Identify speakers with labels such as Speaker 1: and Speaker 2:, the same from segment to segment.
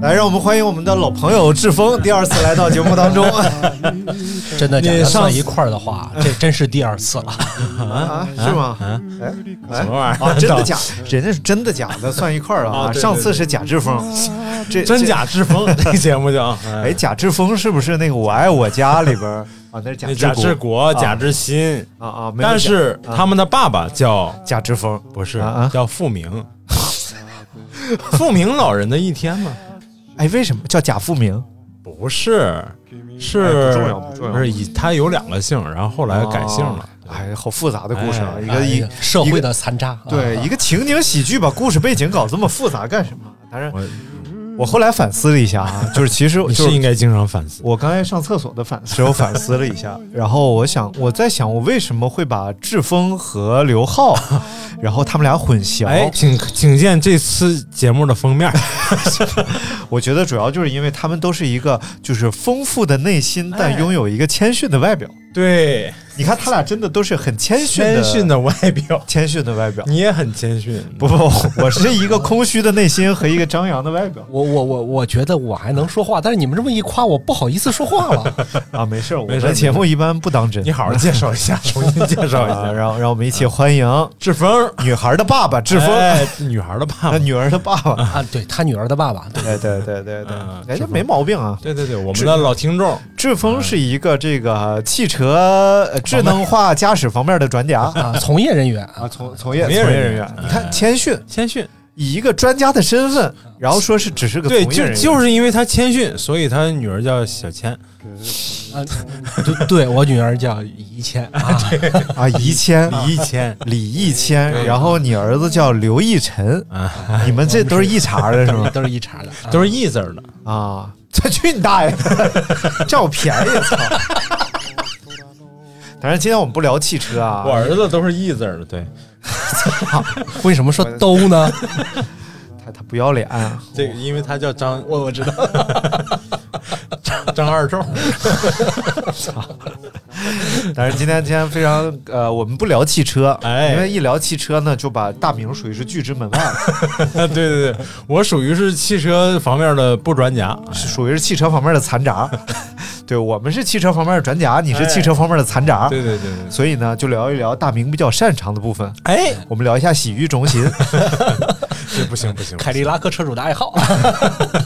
Speaker 1: 来，让我们欢迎我们的老朋友志峰第二次来到节目当中
Speaker 2: 啊
Speaker 3: 真的，假
Speaker 1: 你
Speaker 3: 的
Speaker 1: 嗯上
Speaker 3: 算
Speaker 1: 次嗯
Speaker 3: 一块儿的话，这真是第二 次了。
Speaker 1: 啊，是吗？哎，什么玩意
Speaker 2: 啊
Speaker 1: 儿？真的假？人家是真的假的，算一块儿了啊！
Speaker 2: 啊对对
Speaker 1: 上次是假志峰，这
Speaker 2: 真
Speaker 1: 这
Speaker 2: 假 之风这节目叫
Speaker 1: 哎，贾志峰是不是那个《我爱我家》里边儿啊？那是
Speaker 2: 哎那
Speaker 1: 贾
Speaker 2: 贾
Speaker 1: 志
Speaker 2: 志
Speaker 1: 国
Speaker 2: 国、
Speaker 1: 啊
Speaker 2: 贾志新，
Speaker 1: 啊啊！没有
Speaker 2: 但是
Speaker 1: 贾啊
Speaker 2: 他们的爸爸叫
Speaker 1: 贾志峰
Speaker 2: 不是
Speaker 1: 啊啊
Speaker 2: 叫 富明，富明老人的一天吗？
Speaker 1: 哎，为什么叫贾富明？
Speaker 2: 不是，
Speaker 1: 哎
Speaker 2: 是
Speaker 1: 不重要不重要
Speaker 2: 是以他有两个姓，然后后来改姓了。
Speaker 1: 啊。哎，好复杂的故事啊！
Speaker 2: 哎
Speaker 1: 一
Speaker 3: 哎
Speaker 1: 个一
Speaker 3: 呀社会的残渣，
Speaker 1: 对
Speaker 3: 啊
Speaker 1: 一个情景喜剧，把故事背景搞这么复杂干什么？当然，
Speaker 2: 我
Speaker 1: 我后来反思了一下啊，就是其实
Speaker 2: 你
Speaker 1: 就是
Speaker 2: 应该经常反思。
Speaker 1: 我刚才上厕所的反思，我反思了一下，然后我想，我在想，我为什么会把志峰和刘浩， 然后他们俩混淆？
Speaker 2: 哎，请请见这次节目的封面。
Speaker 1: 我觉得主要就是因为他们都是一个就是丰富的内心，但拥有一个谦逊的外表。
Speaker 2: 对，
Speaker 1: 你看他俩真的都是很谦逊的、
Speaker 2: 谦逊的外表，
Speaker 1: 谦逊的外表。
Speaker 2: 你也很谦逊。
Speaker 1: 不不，我是一个空虚的内心和一个张扬的外表
Speaker 3: 我我我我觉得我还能说话，但是你们这么一夸，我不好意思说话了。
Speaker 1: 啊，没事儿，我
Speaker 2: 没事
Speaker 1: 们节目一般不当真。
Speaker 2: 你好 好介绍一下，重新介绍一
Speaker 1: 啊，
Speaker 2: 下
Speaker 1: 让让我们一起欢迎
Speaker 2: 志峰。
Speaker 1: 女孩的爸爸志峰，
Speaker 2: 哎女孩的爸
Speaker 1: 那
Speaker 2: 爸。
Speaker 1: 女儿的爸爸。
Speaker 3: 啊，对他女儿的爸爸，对
Speaker 1: 对对对对对
Speaker 2: 嗯，
Speaker 1: 人
Speaker 2: 志
Speaker 1: 家
Speaker 2: 峰
Speaker 1: 没毛病啊。
Speaker 2: 对对对，我
Speaker 1: 志
Speaker 2: 们的老听众，
Speaker 1: 志峰是一个这个汽车呃智能化驾驶方面的专 家啊，
Speaker 3: 啊，从业人员啊，
Speaker 1: 从从业从业
Speaker 2: 从业
Speaker 1: 人
Speaker 2: 人员嗯
Speaker 1: 员。你看谦逊，
Speaker 2: 谦逊，
Speaker 1: 以一个专家的身份，然后说是只是个
Speaker 2: 对，
Speaker 1: 从业
Speaker 2: 就
Speaker 1: 人员
Speaker 2: 就是因为他谦逊，所以他女儿叫小谦。
Speaker 3: 啊对对我女儿叫一 谦啊，
Speaker 1: 啊，宜谦。
Speaker 2: 李一谦，
Speaker 1: 李易谦，
Speaker 2: 对嗯
Speaker 1: 然后你儿子叫刘逸晨，你们这都是一茬的是吗？
Speaker 3: 都是一茬的，啊
Speaker 2: 都是义字儿的。
Speaker 1: 啊，这去你大爷 的，占我便宜！操！ 当然，今天我们不聊汽车啊
Speaker 2: 我，儿子都是义字儿的，对，
Speaker 3: 为什么说都 呢？
Speaker 1: 他他不要脸啊，
Speaker 2: 这个因为他叫张，哦我我知道， 张张二柱，
Speaker 1: 但是今天今天非常呃，我们不聊汽车，
Speaker 2: 哎
Speaker 1: 因为一聊汽车呢，就把大明属于是拒之门外 了，
Speaker 2: 对对对，我属于是汽车方面的不专家，
Speaker 1: 是属于是汽车方面的残 渣。对我们是汽车方面的专家，你是汽车方面的残渣，
Speaker 2: 哎对对对对，
Speaker 1: 所以呢，就聊一聊大明比较擅长的部分。
Speaker 2: 哎，
Speaker 1: 我们聊一下洗浴中 心，
Speaker 2: 这不行不行，
Speaker 3: 凯迪拉克车主的爱 好，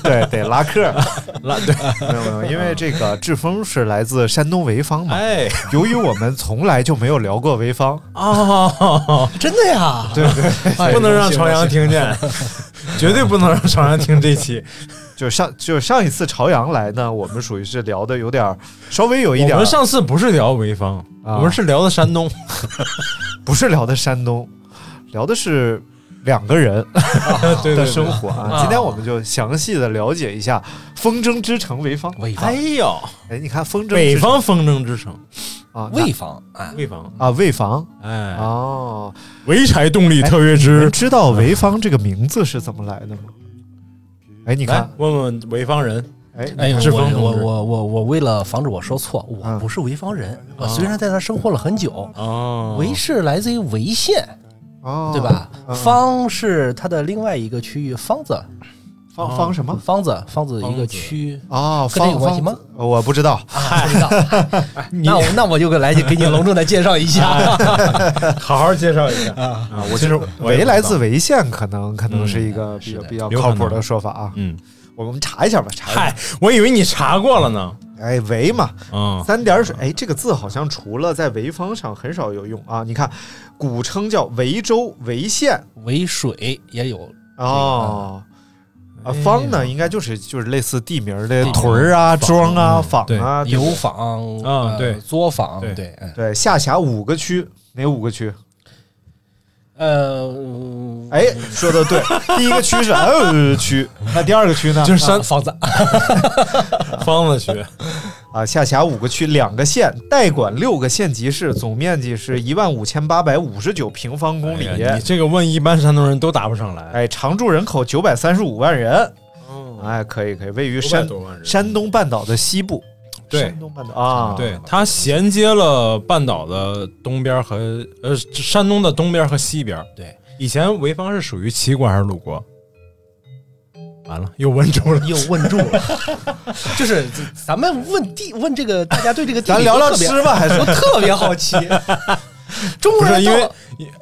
Speaker 1: 对，得拉客。
Speaker 2: 拉对，
Speaker 1: 没有没有，因为这个志峰是来自山东潍坊嘛，
Speaker 2: 哎
Speaker 1: 由于我们从来就没有聊过潍坊，
Speaker 2: 哦，
Speaker 3: 真的呀？对对
Speaker 2: 不能让朝阳听见， 绝对不能让朝阳听这期，
Speaker 1: 就上就上一次朝阳来呢，我们属于是聊的有点儿稍微有一点
Speaker 2: 我
Speaker 1: 儿
Speaker 2: 们，上次不是聊潍坊，
Speaker 1: 啊
Speaker 2: 我们是聊的山东，
Speaker 1: 不是聊的山东，聊的是两个人
Speaker 2: 对
Speaker 1: 的
Speaker 2: 对
Speaker 1: 生
Speaker 2: 对。
Speaker 1: 活啊。
Speaker 2: 啊
Speaker 1: 今天我们就详细的了解一下风筝之城潍坊。
Speaker 3: 潍
Speaker 2: 哎
Speaker 3: 坊，
Speaker 2: 呦，
Speaker 1: 哎，你看风筝之
Speaker 2: 北
Speaker 1: 城
Speaker 2: 方风筝之城，
Speaker 1: 啊，那
Speaker 3: 潍坊啊，
Speaker 2: 潍坊，
Speaker 1: 啊潍坊
Speaker 2: 哎，
Speaker 1: 哦，
Speaker 2: 潍柴动力特约
Speaker 1: 你们
Speaker 2: 之，
Speaker 1: 知道潍坊这个名字是怎么来的吗？哎，你
Speaker 2: 来
Speaker 1: 看，
Speaker 2: 问问潍坊人，
Speaker 1: 哎，
Speaker 3: 哎呦，
Speaker 2: 志
Speaker 3: 我
Speaker 2: 峰同
Speaker 3: 我
Speaker 2: 志
Speaker 3: 我我我为了防止我说错，我
Speaker 1: 嗯啊
Speaker 3: 不是潍坊人，我虽然在那儿生活了很久，
Speaker 1: 嗯
Speaker 2: 哦，
Speaker 3: 潍是来自于潍县，
Speaker 1: 哦，
Speaker 3: 对吧？
Speaker 1: 嗯
Speaker 3: 方是它的另外一个区域，方子，
Speaker 1: 方方什么？
Speaker 3: 方子，方子一
Speaker 2: 方
Speaker 3: 个
Speaker 2: 子
Speaker 3: 区。
Speaker 1: 哦，
Speaker 3: 跟这
Speaker 1: 方
Speaker 3: 有关系吗？
Speaker 1: 方我不知道，
Speaker 3: 啊，不知道那我那我就给来给你隆重的介绍一下，
Speaker 2: 好好介绍一下啊！我 就是
Speaker 1: 潍来自，潍县，可能可能是一个比
Speaker 3: 是
Speaker 1: 较
Speaker 3: 的
Speaker 1: 比较
Speaker 2: 有
Speaker 1: 靠
Speaker 2: 可
Speaker 1: 谱的
Speaker 2: 能
Speaker 1: 说法啊。
Speaker 2: 嗯，
Speaker 1: 我们查一下吧，查一下。
Speaker 2: 嗨，我以为你查过了呢。
Speaker 1: 哎，潍嘛，
Speaker 2: 嗯，
Speaker 1: 三点水，哎，这个字好像除了在潍坊上很少有用啊。你看，古称叫潍州、潍县
Speaker 3: 潍水也有
Speaker 1: 哦。啊，坊
Speaker 2: 哎
Speaker 1: 呢，应该就是就是类似地名儿的
Speaker 3: 地名
Speaker 1: 屯儿啊、
Speaker 3: 坊
Speaker 1: 庄啊、
Speaker 2: 嗯
Speaker 1: 坊
Speaker 2: 对
Speaker 1: 啊。
Speaker 3: 油坊
Speaker 2: 啊
Speaker 3: 呃
Speaker 2: 对
Speaker 3: 作坊，
Speaker 2: 对
Speaker 3: 对，嗯
Speaker 1: 对，下辖五个区，哪五个区？
Speaker 3: 呃，
Speaker 1: 哎，
Speaker 2: 嗯
Speaker 1: 说的 对，第一个区是呃区，那第二个区呢？
Speaker 2: 就是山
Speaker 3: 啊方子，
Speaker 2: 方子区，
Speaker 1: 啊，下辖五个区、两个县，代管六个县级市，总面积是一万五千八百五十九平方公里。
Speaker 2: 哎呀你这个问一般山东人都答不上来。
Speaker 1: 哎，常住人口九百三十五万人。
Speaker 2: 哦，
Speaker 1: 哎，可以可以，位于山
Speaker 2: 多万人
Speaker 1: 山东半岛的西部。
Speaker 2: 对
Speaker 1: 山东半岛啊，
Speaker 2: 对，它衔接了半岛的东边和呃山东的完了，又问住了。
Speaker 3: 又问住了， 就是咱们问地问这个，大家对这个地理
Speaker 1: 咱聊聊
Speaker 3: 都特别
Speaker 1: 吃吧，还是
Speaker 3: 我特别好奇，中
Speaker 2: 不
Speaker 3: 国人到
Speaker 2: 是因为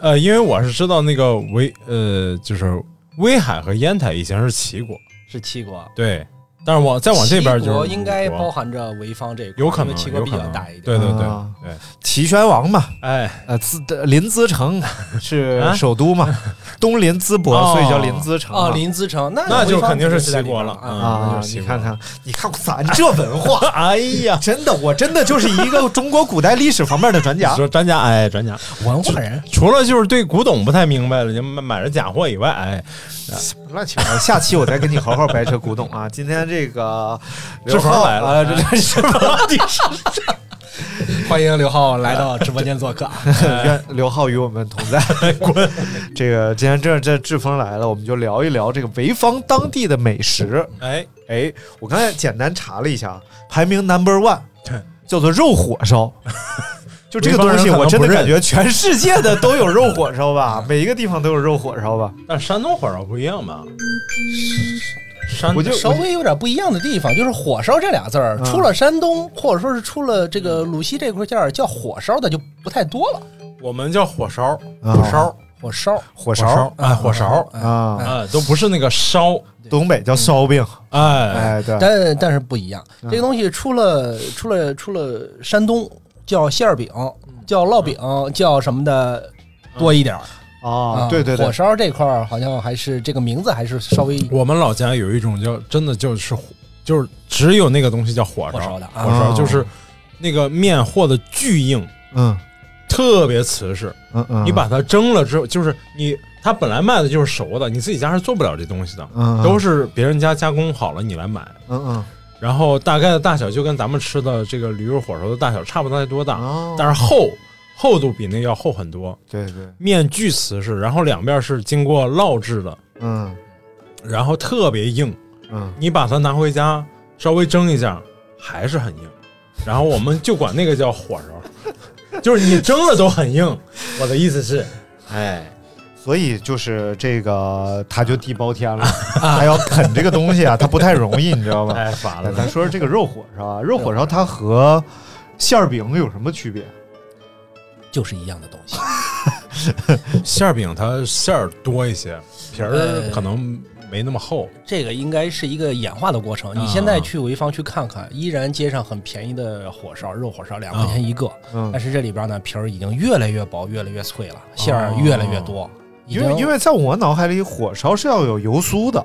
Speaker 2: 呃，因为我是知道那个威呃，就是威海和烟台以前是齐国，
Speaker 3: 是齐国，啊
Speaker 2: 对，但是往再往这边
Speaker 3: 齐
Speaker 2: 就
Speaker 3: 国
Speaker 2: 是
Speaker 3: 应该
Speaker 2: 鲁
Speaker 3: 包
Speaker 2: 国
Speaker 3: 含着潍坊这一块，
Speaker 2: 有可
Speaker 3: 因
Speaker 2: 能
Speaker 3: 为齐国
Speaker 2: 有
Speaker 3: 比
Speaker 2: 可
Speaker 3: 较
Speaker 2: 能
Speaker 3: 大一点。
Speaker 2: 对对对、
Speaker 1: 啊
Speaker 2: 对，
Speaker 1: 齐宣王嘛，
Speaker 2: 哎，
Speaker 1: 呃，资呃临淄 城是
Speaker 2: 啊
Speaker 1: 首都嘛， 东临淄博，
Speaker 2: 哦
Speaker 1: 所以叫临淄城嘛。
Speaker 3: 哦，临淄城那
Speaker 2: 那就
Speaker 3: 潍坊
Speaker 2: 肯定
Speaker 3: 肯
Speaker 2: 是
Speaker 3: 定在
Speaker 2: 齐国
Speaker 3: 里
Speaker 2: 了
Speaker 3: 面啊。
Speaker 2: 嗯那
Speaker 1: 啊
Speaker 2: 就，
Speaker 1: 你
Speaker 2: 是齐国
Speaker 1: 看看，你看咱这文化，
Speaker 2: 哎呀，
Speaker 1: 真的，我真的就是一个中国古代历史方面的专
Speaker 2: 你
Speaker 1: 家。
Speaker 2: 说专家哎，专家，
Speaker 3: 文化人
Speaker 2: 除了就是对古董不太明白了，就买买了假货以外，哎，
Speaker 1: 乱七八糟，下期我再跟你好好掰扯古董啊。今天这个刘
Speaker 2: 志鹏
Speaker 1: 浩
Speaker 2: 来了
Speaker 1: 啊这这志鹏你是
Speaker 3: 欢迎刘浩来到直播间做客 啊。
Speaker 1: 愿刘浩与我们同在。滚！这个今天这这志峰来了，我们就聊一聊这个潍坊当地的美食。
Speaker 2: 哎，
Speaker 1: 哎，我刚才简单查了一下，排名 number one
Speaker 2: 对
Speaker 1: 叫做肉火烧。就这个东西，
Speaker 2: 潍坊人可能
Speaker 1: 我真的
Speaker 2: 不认
Speaker 1: 感觉全世界的都有肉火烧吧，每一个地方都有肉火烧吧。
Speaker 2: 但山东火烧不一样吧？山
Speaker 1: 我就
Speaker 3: 稍微有点不一样的地方，就是“火烧”这俩字儿，
Speaker 1: 嗯
Speaker 3: 出了山东，或者说是出了这个鲁西这块儿，叫火烧的就不太多了。
Speaker 2: 我们叫火烧，
Speaker 1: 啊
Speaker 2: 火烧，
Speaker 3: 火烧，
Speaker 1: 火
Speaker 2: 火烧
Speaker 1: 烧，
Speaker 2: 哎，火烧，
Speaker 1: 啊，
Speaker 2: 哎，都不是那个烧，
Speaker 1: 东北叫烧饼，
Speaker 2: 哎，
Speaker 1: 哎，对，
Speaker 3: 但但是不一样，这个东西出了出了出了山东叫馅儿饼，
Speaker 2: 嗯
Speaker 3: 叫烙饼，叫什么的多一点儿
Speaker 1: 啊，对对对
Speaker 3: 嗯火，烧这块儿好像还是这个名字还是稍微
Speaker 2: 我们老家有一种叫真的就是火，就是只有那个东西叫火
Speaker 3: 火烧
Speaker 2: 烧，
Speaker 3: 的
Speaker 2: 火
Speaker 3: 啊。
Speaker 2: 烧
Speaker 1: 哦
Speaker 2: 就是那个面和的巨硬，
Speaker 1: 嗯
Speaker 2: 特别瓷实。
Speaker 1: 嗯嗯，
Speaker 2: 你把它蒸了之后，就是你它本来卖的就是熟的，你自己家是做不了这东西的，
Speaker 1: 嗯
Speaker 2: 都
Speaker 1: 是
Speaker 2: 是别人家加工好了你来买。
Speaker 1: 嗯嗯
Speaker 2: 然后大概的大小就跟咱们吃的这个驴肉火烧的大小差不太多大，
Speaker 1: 哦
Speaker 2: 但是厚厚度比那个要厚很多，
Speaker 1: 对对，
Speaker 2: 面巨瓷实，然后两边是经过烙制的，
Speaker 1: 嗯
Speaker 2: 然后特别硬，
Speaker 1: 嗯
Speaker 2: 你把它拿回家稍微蒸一下还是很硬，然后我们就管那个叫火烧， 就是你蒸了都很硬。我的意思是，哎，
Speaker 1: 所以就是这个，他就地包 天了，他要啃这个东西啊，他不太容易，你知道吧？
Speaker 2: 太
Speaker 3: 哎
Speaker 2: 烦
Speaker 1: 来
Speaker 2: 哎了。
Speaker 1: 咱说说这个肉火烧啊，肉火烧它和馅儿饼有什么区别？
Speaker 3: 就是一样的东西，
Speaker 2: 馅儿饼它馅儿多一些，皮
Speaker 1: 哎
Speaker 2: 儿可能没那么厚。
Speaker 3: 这个应该是一个演化的过程。
Speaker 2: 啊
Speaker 3: 你现
Speaker 1: 嗯
Speaker 3: 在去潍坊去看看，依然街上很便宜的火烧、肉火烧，两块钱一个，
Speaker 1: 嗯
Speaker 3: 但，是这里边呢皮儿已经越来越薄、越来越脆了，馅儿越来越多。已
Speaker 1: 哦因
Speaker 3: 经
Speaker 1: 为因为在我脑海里，火烧是要有油酥的，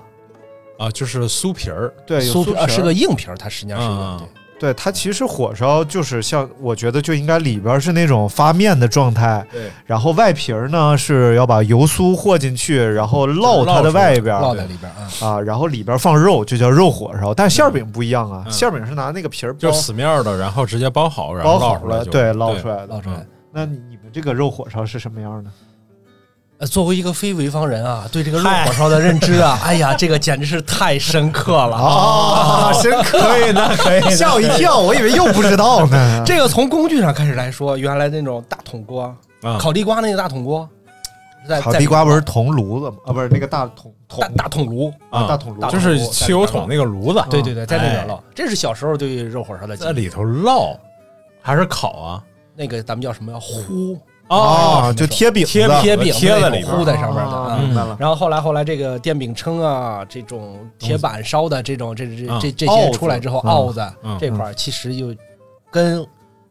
Speaker 2: 啊，就是酥皮儿，
Speaker 1: 对，有
Speaker 3: 酥皮
Speaker 1: 皮
Speaker 3: 儿
Speaker 1: 儿嗯
Speaker 3: 是个硬皮儿，它实际上是一
Speaker 2: 啊
Speaker 3: 个对
Speaker 1: 对它其实火烧就是像我觉得就应该里边是那种发面的状态，
Speaker 2: 对，
Speaker 1: 然后外皮儿呢是要把油酥和进去，然后烙它的外边
Speaker 3: 烙
Speaker 1: 儿
Speaker 3: 在里边啊。
Speaker 1: 啊，然后里边放肉就叫肉火烧，但馅儿饼不一样啊，
Speaker 2: 嗯
Speaker 1: 馅儿饼是拿那个皮儿包
Speaker 2: 就是死面儿的，然后直接包好，然后
Speaker 1: 包
Speaker 2: 烙
Speaker 1: 好
Speaker 2: 出来
Speaker 1: 了，
Speaker 2: 就
Speaker 1: 对，烙出来的
Speaker 3: 烙。出来。
Speaker 1: 那你你们这个肉火烧是什么样的？
Speaker 3: 呃，作为一个非潍坊人啊，对这个肉
Speaker 2: 嗨
Speaker 3: 火烧的认知啊，哎呀，这个简直是太深 刻了
Speaker 1: 啊，深刻，可以 那可以，吓我一跳，我以为又不知 道呢。
Speaker 3: 这个从工具上开始来说，原来那种大桶锅，
Speaker 2: 啊，
Speaker 3: 烤地瓜那个大桶锅，在
Speaker 1: 烤
Speaker 3: 在
Speaker 1: 地瓜不是铜炉子吗？啊，不是那个大桶桶
Speaker 3: 大大桶炉，
Speaker 1: 啊
Speaker 2: 啊
Speaker 1: 大桶炉，
Speaker 3: 大
Speaker 2: 就
Speaker 3: 桶
Speaker 2: 是汽油桶那个炉子，
Speaker 3: 对对对，在那
Speaker 2: 哎
Speaker 3: 边烙，这是小时候对肉火烧的记
Speaker 2: 在
Speaker 3: 忆。
Speaker 2: 里头烙还是烤啊？
Speaker 3: 那个咱们叫什么呀？糊
Speaker 1: 啊，就贴饼子
Speaker 2: 哦贴
Speaker 3: 贴
Speaker 2: 饼
Speaker 3: 饼
Speaker 2: 贴在里边
Speaker 3: 糊在上面的。
Speaker 1: 啊
Speaker 3: 啊
Speaker 2: 嗯
Speaker 1: 明白了。
Speaker 3: 然后后来后来这个电饼铛啊，这种铁板烧的这种这这
Speaker 2: 嗯
Speaker 3: 这这
Speaker 1: 鏊
Speaker 3: 些
Speaker 1: 子
Speaker 3: 出来之后，
Speaker 1: 嗯
Speaker 3: 鏊子
Speaker 2: 嗯
Speaker 3: 这块儿其实就跟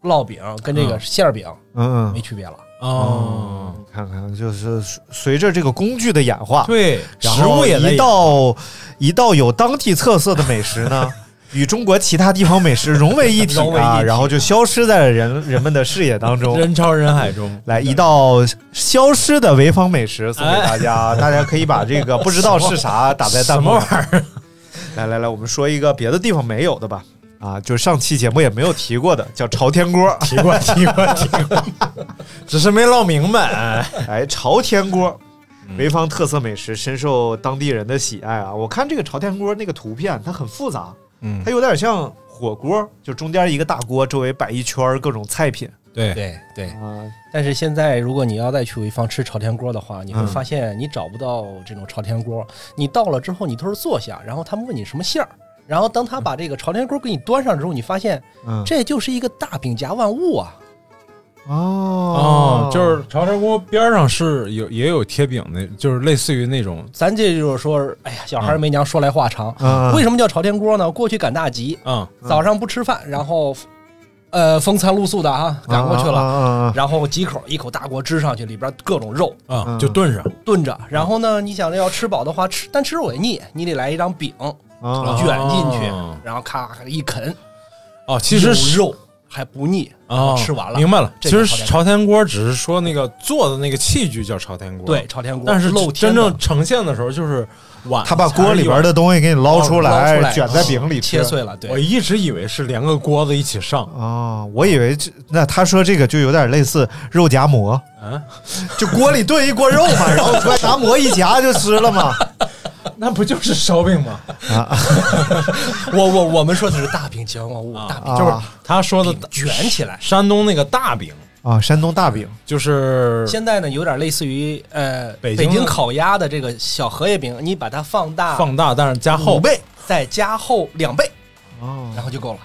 Speaker 3: 烙饼跟这个
Speaker 2: 嗯
Speaker 3: 馅儿饼
Speaker 1: 嗯
Speaker 3: 没
Speaker 1: 嗯，
Speaker 3: 区别了。
Speaker 2: 哦，
Speaker 1: 你看看，就是随着这个工具的演化，
Speaker 2: 对，
Speaker 1: 然
Speaker 2: 食
Speaker 1: 后
Speaker 2: 物也在
Speaker 1: 一道一道有当地特色的美食呢。与中国其他地方美食融为一体
Speaker 3: 融为一
Speaker 1: 啊，
Speaker 3: 体
Speaker 1: 然后就消失在了人 人们的视野当中。
Speaker 2: 人潮人海中，
Speaker 1: 来一道消失的潍坊美食送给大家， 大家可以把这个不知道是啥打在
Speaker 2: 哎什
Speaker 1: 弹
Speaker 2: 么
Speaker 1: 幕
Speaker 2: 玩
Speaker 1: 上。
Speaker 2: 意儿？
Speaker 1: 来来来，我们说一个别的地方没有的吧。啊，就是上期节目也没有提过的，叫朝天锅。
Speaker 2: 提过提过提过，只是没唠明白。哎
Speaker 1: 哎，朝天锅，
Speaker 2: 嗯
Speaker 1: 潍坊特色美食，深受当地人的喜爱啊。我看这个朝天锅那个图片，它很复杂，
Speaker 2: 嗯
Speaker 1: 它有点像火锅，就中间一个大锅，周围摆一圈儿各种菜品。
Speaker 2: 对，
Speaker 3: 对对，
Speaker 1: 啊，
Speaker 3: 但是现在，如果你要再去潍坊吃朝天锅的话，你会发现你找不到这种朝天锅。你到了之后，你都是坐下，然后他们问你什么馅儿，然后当他把这个朝天锅给你端上之后，你发现
Speaker 1: 嗯，
Speaker 3: 这就是一个大饼夹万物啊！
Speaker 1: 哦
Speaker 2: 哦，就是朝天锅边上是有也有贴饼的，就是类似于那种
Speaker 3: 咱这就是说，哎呀，小孩没娘说来话长。
Speaker 1: 啊，
Speaker 3: 为什么叫朝天锅呢？过去赶大集，
Speaker 2: 啊
Speaker 1: 嗯
Speaker 3: 早上不吃饭，然后，呃，风餐露宿的啊，赶过去了，
Speaker 1: 了，
Speaker 3: 然后几口一口大锅支上去，里边各种肉，
Speaker 2: 啊
Speaker 1: 嗯，
Speaker 2: 就炖上
Speaker 3: 炖着，然后呢，你想着要吃饱的话，吃但吃肉也腻，你得来一张饼，
Speaker 1: 啊
Speaker 3: 卷进去
Speaker 2: 哦，
Speaker 3: 然后咔咔一啃，
Speaker 2: 哦，其实是
Speaker 3: 有肉还不腻，然后
Speaker 2: 哦，
Speaker 3: 吃完了。
Speaker 2: 明白了。
Speaker 3: 这
Speaker 2: 其
Speaker 3: 就
Speaker 2: 实
Speaker 3: 是
Speaker 2: 朝天锅只是说那个做的那个器具叫朝天锅，
Speaker 3: 对，，朝天锅，
Speaker 2: 但是
Speaker 3: 露天
Speaker 2: 真
Speaker 3: 的
Speaker 2: 正呈现的时候就是碗，
Speaker 1: 他把锅里边。的东西给你捞出
Speaker 3: 捞出来
Speaker 1: 卷在饼里吃
Speaker 3: 切碎了，
Speaker 2: 我
Speaker 3: 对，
Speaker 2: 一直以为是连个锅子一起上，
Speaker 1: 哦，我以为这那他说这个就有点类似肉夹馍，
Speaker 3: 啊
Speaker 2: 嗯，
Speaker 1: 就锅里炖一锅肉嘛，然后出来拿馍一夹就吃了 嘛。
Speaker 2: 那不就是烧饼吗？
Speaker 3: 我我我们说的是大饼夹万物，
Speaker 2: 啊
Speaker 3: 大饼
Speaker 1: 啊
Speaker 2: 就是他说的
Speaker 3: 饼卷起来。
Speaker 2: 山东那个大饼，
Speaker 1: 啊，山东大饼
Speaker 2: 就是
Speaker 3: 现在呢，有点类似于呃
Speaker 2: 北京
Speaker 3: 京
Speaker 2: 的
Speaker 3: 烤鸭的这个小荷叶饼，你把它放大，
Speaker 2: 放大，但是加厚
Speaker 3: 五，倍，再加厚两倍，然
Speaker 1: 哦，
Speaker 3: 后就够了。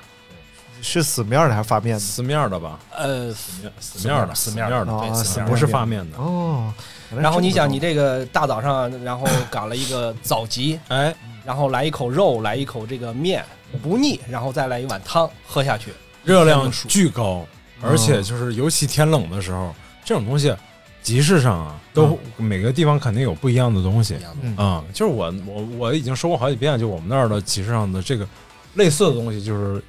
Speaker 1: 是死面的还是发面的？
Speaker 2: 死面儿的吧？
Speaker 3: 呃，
Speaker 2: 死面儿的，
Speaker 3: 死
Speaker 2: 死
Speaker 3: 面
Speaker 2: 面
Speaker 3: 儿
Speaker 2: 儿
Speaker 1: 的
Speaker 2: 的，
Speaker 1: 啊
Speaker 2: 对
Speaker 1: 死
Speaker 2: 死面
Speaker 1: 面
Speaker 2: 儿
Speaker 1: 儿
Speaker 2: 不是
Speaker 1: 的
Speaker 2: 发面的。
Speaker 1: 哦，
Speaker 2: 呃
Speaker 1: 原来
Speaker 3: 然后你
Speaker 1: 这么
Speaker 3: 想，
Speaker 1: 多
Speaker 3: 你这个大早上，然 后赶了一个早集，
Speaker 2: 哎，
Speaker 3: 然后来一口肉，来一口这个面，不腻，然后再来一碗汤喝下去。
Speaker 2: 热量
Speaker 3: 天数
Speaker 2: 巨高，嗯而且就是尤其天冷的时候，这种东西集市上啊，都每个地方肯定有不一样的东西
Speaker 3: 一样的
Speaker 1: 嗯
Speaker 2: 啊、就是我我我已经说过好几遍，就我们那儿的集市上的这个类似的东西就是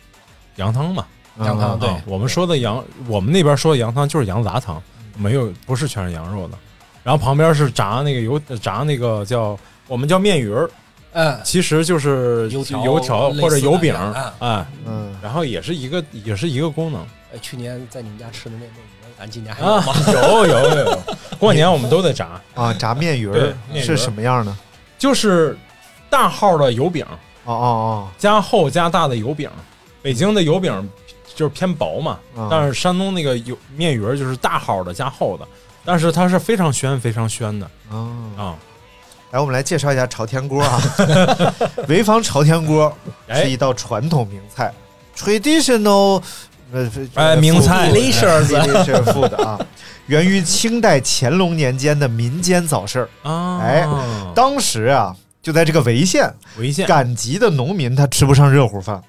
Speaker 2: 羊汤嘛。
Speaker 3: 羊汤
Speaker 1: 嗯
Speaker 3: 对
Speaker 2: 啊我们说的羊，我们那边说的羊汤就是羊杂汤，没有不是全是羊肉的。然后旁边是炸那个油，炸那个叫我们叫面鱼儿，
Speaker 3: 嗯，
Speaker 2: 其实就是
Speaker 3: 油条
Speaker 2: 油条或
Speaker 3: 类似
Speaker 2: 者
Speaker 3: 的
Speaker 2: 油饼
Speaker 3: 那样啊，
Speaker 2: 哎，
Speaker 1: 嗯，
Speaker 2: 然后也是一个也是一个功能。
Speaker 3: 哎去年在你们家吃的那那鱼，咱今年还有
Speaker 2: 啊
Speaker 3: 吗？，
Speaker 2: 有有有有，过年我们都得炸，
Speaker 1: 啊，炸面鱼
Speaker 2: 对
Speaker 1: 儿
Speaker 2: 面鱼
Speaker 1: 是
Speaker 2: 儿
Speaker 1: 什么样的？
Speaker 2: 就是大号的油饼，
Speaker 1: 哦哦
Speaker 2: 加厚加大的油饼。北京的油饼就是偏薄嘛，
Speaker 1: 哦，
Speaker 3: 啊
Speaker 2: 但
Speaker 1: 是
Speaker 2: 是山东那个油面鱼儿就是大号的加厚的，但是它是非常暄非常暄的
Speaker 1: 啊，
Speaker 2: 啊。
Speaker 1: 来，我们来介绍一下朝天 锅啊。潍坊朝天锅是
Speaker 2: 哎
Speaker 1: 一道传统名菜，traditional 呃
Speaker 2: 哎名菜
Speaker 3: Delicious
Speaker 1: delicious food 啊，源于清代乾隆年间的民间早市儿。
Speaker 2: 啊，
Speaker 1: 哎，当时啊，就在这个潍县，
Speaker 2: 违宪
Speaker 1: 赶集的农民他吃不上热乎 饭，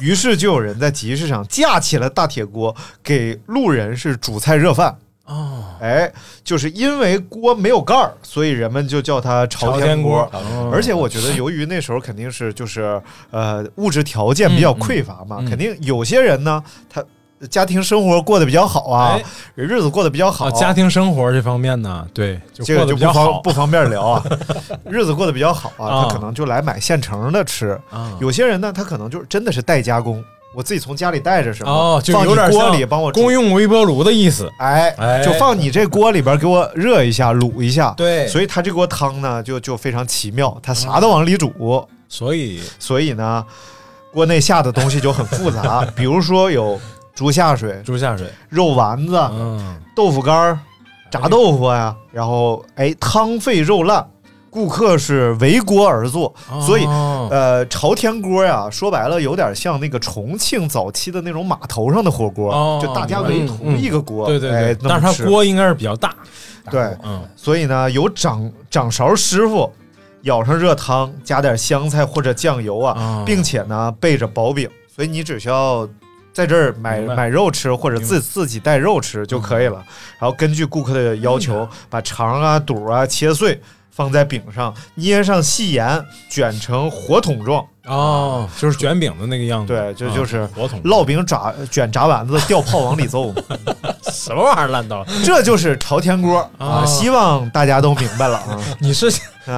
Speaker 1: 于是就有人在集市上架起了大铁锅，给路人是煮菜热饭。
Speaker 2: 啊，
Speaker 1: 哎，就是因为锅没有盖儿，所以人们就叫它朝嗯天锅。
Speaker 2: 朝天锅嗯
Speaker 1: 而且我觉得，由于那时候肯定是就是呃物质条件比较匮乏嘛，
Speaker 2: 嗯嗯嗯
Speaker 1: 肯定有些人呢，他家庭生活过得比较好啊，
Speaker 2: 哎
Speaker 1: 日子过得比较好，
Speaker 2: 啊，家庭生活这方面呢，对，就
Speaker 1: 这个
Speaker 2: 过得
Speaker 1: 就
Speaker 2: 比
Speaker 1: 不
Speaker 2: 较
Speaker 1: 方
Speaker 2: 好
Speaker 1: 不方便聊 啊，日子过得比较好啊，
Speaker 2: 啊
Speaker 1: 他可能就来买现成的吃。
Speaker 2: 啊
Speaker 1: 有些人呢，他可能就是真的是代加工，我自己从家里带着什么，
Speaker 2: 哦就
Speaker 1: 放
Speaker 2: 有点
Speaker 1: 你锅
Speaker 2: 像
Speaker 1: 里帮我煮
Speaker 2: 公用微波炉的意思，
Speaker 1: 哎，
Speaker 2: 哎
Speaker 1: 就放你这锅里边给我热一下、卤一下。
Speaker 2: 对
Speaker 1: 所以它这锅汤呢，就就非常奇妙，它啥都往里煮，
Speaker 2: 所以
Speaker 1: 所以呢，锅内下的东西就很复 杂，比如说有猪下水、
Speaker 2: 猪下水，
Speaker 1: 肉丸子、
Speaker 2: 嗯，
Speaker 1: 豆腐干儿、炸豆腐呀、然后哎汤沸肉烂，顾客是围锅而坐，啊所以
Speaker 2: 哦
Speaker 1: 呃朝天锅呀、说白了有点像那个重庆早期的那种码头上的火锅，
Speaker 2: 哦嗯
Speaker 1: 就大家围同一个锅，
Speaker 2: 对对
Speaker 1: 哎
Speaker 2: 对，
Speaker 1: 那么
Speaker 2: 但是
Speaker 1: 吃
Speaker 2: 它锅应该是比较大，
Speaker 1: 对，
Speaker 2: 嗯，
Speaker 1: 所以呢有掌掌勺师傅。舀上热汤，加点香菜或者酱油啊，
Speaker 2: 啊
Speaker 1: 并且呢备着薄饼，所以你只需要在这儿买
Speaker 2: 明白嗯
Speaker 1: 买肉吃，或者自自己带肉吃就可以了。然后根据顾客的要求，把肠啊、肚啊切碎。放在饼上，捏上细盐，卷成火筒状。
Speaker 2: 哦，就是卷饼的那个样子，
Speaker 1: 对，这
Speaker 2: 啊
Speaker 1: 就是
Speaker 2: 火筒
Speaker 1: 烙饼炸卷炸丸子，掉炮往里揍。
Speaker 2: 什么玩意儿烂到，
Speaker 1: 这就是朝天锅啊！
Speaker 2: 哦
Speaker 1: 希望大家都明白了啊。
Speaker 2: 你是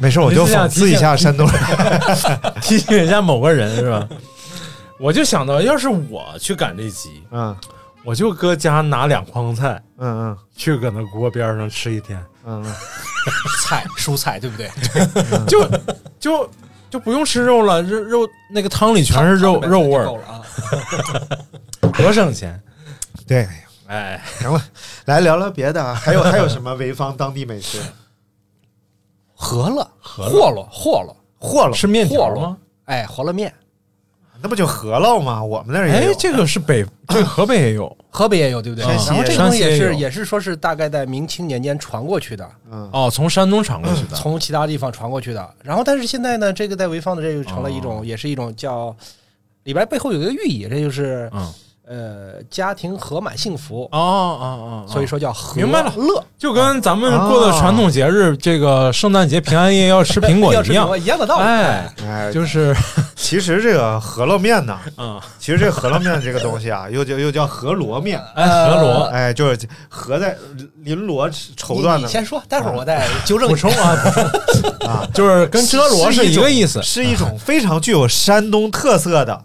Speaker 1: 没事，我就讽刺一下山东人。
Speaker 2: 提醒一下某个人是吧？我就想到，要是我去赶这集，
Speaker 1: 嗯
Speaker 2: 我就搁家拿两筐菜
Speaker 1: 嗯
Speaker 2: 去搁那锅边上吃一 天，
Speaker 1: 嗯嗯
Speaker 3: 菜蔬菜对不对？
Speaker 2: 就就就不用吃肉了，肉 肉那个汤里全是肉
Speaker 3: 汤里面
Speaker 2: 肉味
Speaker 3: 就够
Speaker 2: 儿，
Speaker 3: 了啊！
Speaker 2: 多省钱。
Speaker 1: 对，
Speaker 2: 哎，
Speaker 1: 行了，来聊聊别的啊，还有还有什么潍坊当地美食？
Speaker 3: 饸饹，和
Speaker 2: 饸饹
Speaker 3: 了，和了，
Speaker 1: 和了，
Speaker 2: 吃面条
Speaker 3: 和了
Speaker 2: 吗？
Speaker 3: 哎，饸饹面，
Speaker 1: 那不就饸饹吗？我们那儿也
Speaker 2: 哎
Speaker 1: 有，，
Speaker 2: 这个是 北，这个河北也有
Speaker 3: 河北也有，对不对？
Speaker 1: 山西
Speaker 3: 然
Speaker 1: 也有
Speaker 3: 后这个东西
Speaker 2: 山
Speaker 3: 也
Speaker 2: 西也
Speaker 3: 是
Speaker 2: 有
Speaker 3: 也是说是大概在明清年间传过去的，
Speaker 1: 嗯，
Speaker 2: 哦，嗯从山东传过去的。
Speaker 3: 从其他地方传过去的。然后，但是现在呢，这个在潍坊的这就成了一
Speaker 2: 哦
Speaker 3: 种，也是一种叫里边背后有一个寓意，这就是
Speaker 2: 嗯，
Speaker 3: 呃家庭和满幸福，
Speaker 2: 哦哦哦，哦
Speaker 3: 所以说叫和
Speaker 2: 明白了
Speaker 3: 乐
Speaker 2: 就跟咱们过的传统节日，这个圣诞节、平安夜 要吃苹果
Speaker 3: 要
Speaker 2: 一
Speaker 3: 吃
Speaker 2: 样
Speaker 3: 苹，一样的道理。
Speaker 2: 哎，
Speaker 1: 哎，
Speaker 2: 就是
Speaker 1: 其实这个饸饹面呢，
Speaker 2: 嗯，
Speaker 1: 其实这饸饹面这个东西啊，又叫又叫河螺面，
Speaker 2: 哎，
Speaker 3: 呃
Speaker 2: 河螺
Speaker 1: 哎，就是河在邻罗绸
Speaker 3: 你
Speaker 1: 缎
Speaker 3: 你
Speaker 1: 的
Speaker 3: 先说，待
Speaker 2: 啊
Speaker 3: 会儿我再纠正
Speaker 2: 补
Speaker 3: 你。
Speaker 2: 充啊，补充
Speaker 1: 啊，
Speaker 2: 就是跟遮罗是一个意思。
Speaker 1: 是一种非常具有山东特色的。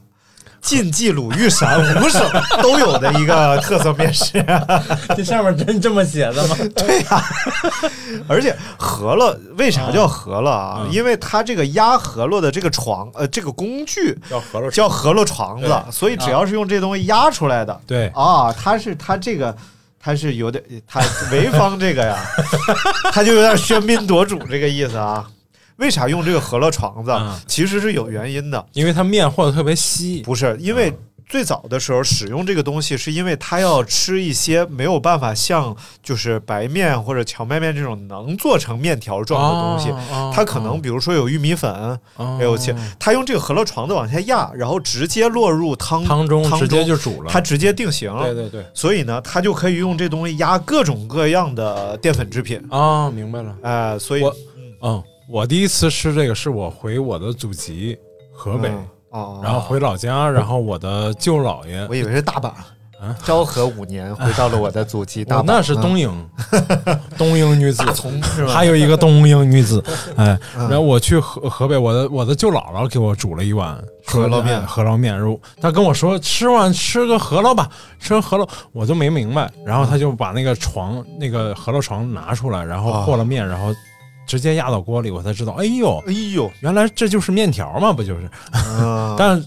Speaker 1: 晋冀鲁豫陕五省都有的一个特色面食，
Speaker 2: 这上面真这么写的吗？
Speaker 1: 而且饸饹为啥叫饸饹啊？
Speaker 2: 嗯
Speaker 1: 因为它这个压饸饹的这个床，呃，这个工具
Speaker 2: 叫河螺，
Speaker 1: 叫饸饹床子，
Speaker 2: 对
Speaker 1: 所以只要是用这东西压出来的，
Speaker 2: 对，
Speaker 1: 啊，它是它这个。它是有点，它潍坊这 个呀，它就有点喧宾夺主这个意思啊。为啥用这个饸饹床子
Speaker 2: 嗯？
Speaker 1: 其实是有原因的。
Speaker 2: 因为它面和的特别稀。
Speaker 1: 不是，因为最早的时候使用这个东西，是因为它要吃一些没有办法像就是白面或者荞麦面这种能做成面条状的东西。
Speaker 2: 西
Speaker 1: 它可能比如说有玉米粉，哎
Speaker 2: 能
Speaker 1: 也有切，它用这个饸饹床子往下压，然后直接落入汤
Speaker 2: 汤中
Speaker 1: 汤
Speaker 2: 直接就煮了。
Speaker 1: 它直接定型。
Speaker 2: 对对对，
Speaker 1: 所以呢，它就可以用这东西压各种各样的淀粉制品。
Speaker 2: 啊，明白了。
Speaker 1: 呃，所以
Speaker 2: 我嗯，我第一次吃这个是我回我的祖籍河北，
Speaker 1: 嗯哦，
Speaker 2: 然后回老家，然后我的舅姥爷，
Speaker 1: 我以为是大阪
Speaker 2: 啊，
Speaker 1: 昭和五年回到了我的祖籍大
Speaker 2: 我
Speaker 1: 阪，
Speaker 2: 那是
Speaker 1: 嗯
Speaker 2: 东营，东营女子，
Speaker 1: 从是吧？
Speaker 2: 还有一个东营 女子，哎，
Speaker 1: 嗯
Speaker 2: 然后我去河河北，我的我的舅姥姥给我煮了一碗
Speaker 1: 饸饹面
Speaker 2: 哎饸饹面，然后他跟我说吃完吃个饸饹吧，吃个饸饹，我就没明白，然后他就把那个床那个饸饹床拿出来，然后
Speaker 1: 啊
Speaker 2: 和了面，然后直接压到锅里，我才知道，哎呦，
Speaker 1: 哎呦，
Speaker 2: 原来这就是面条嘛，不就是？
Speaker 1: 啊
Speaker 2: 但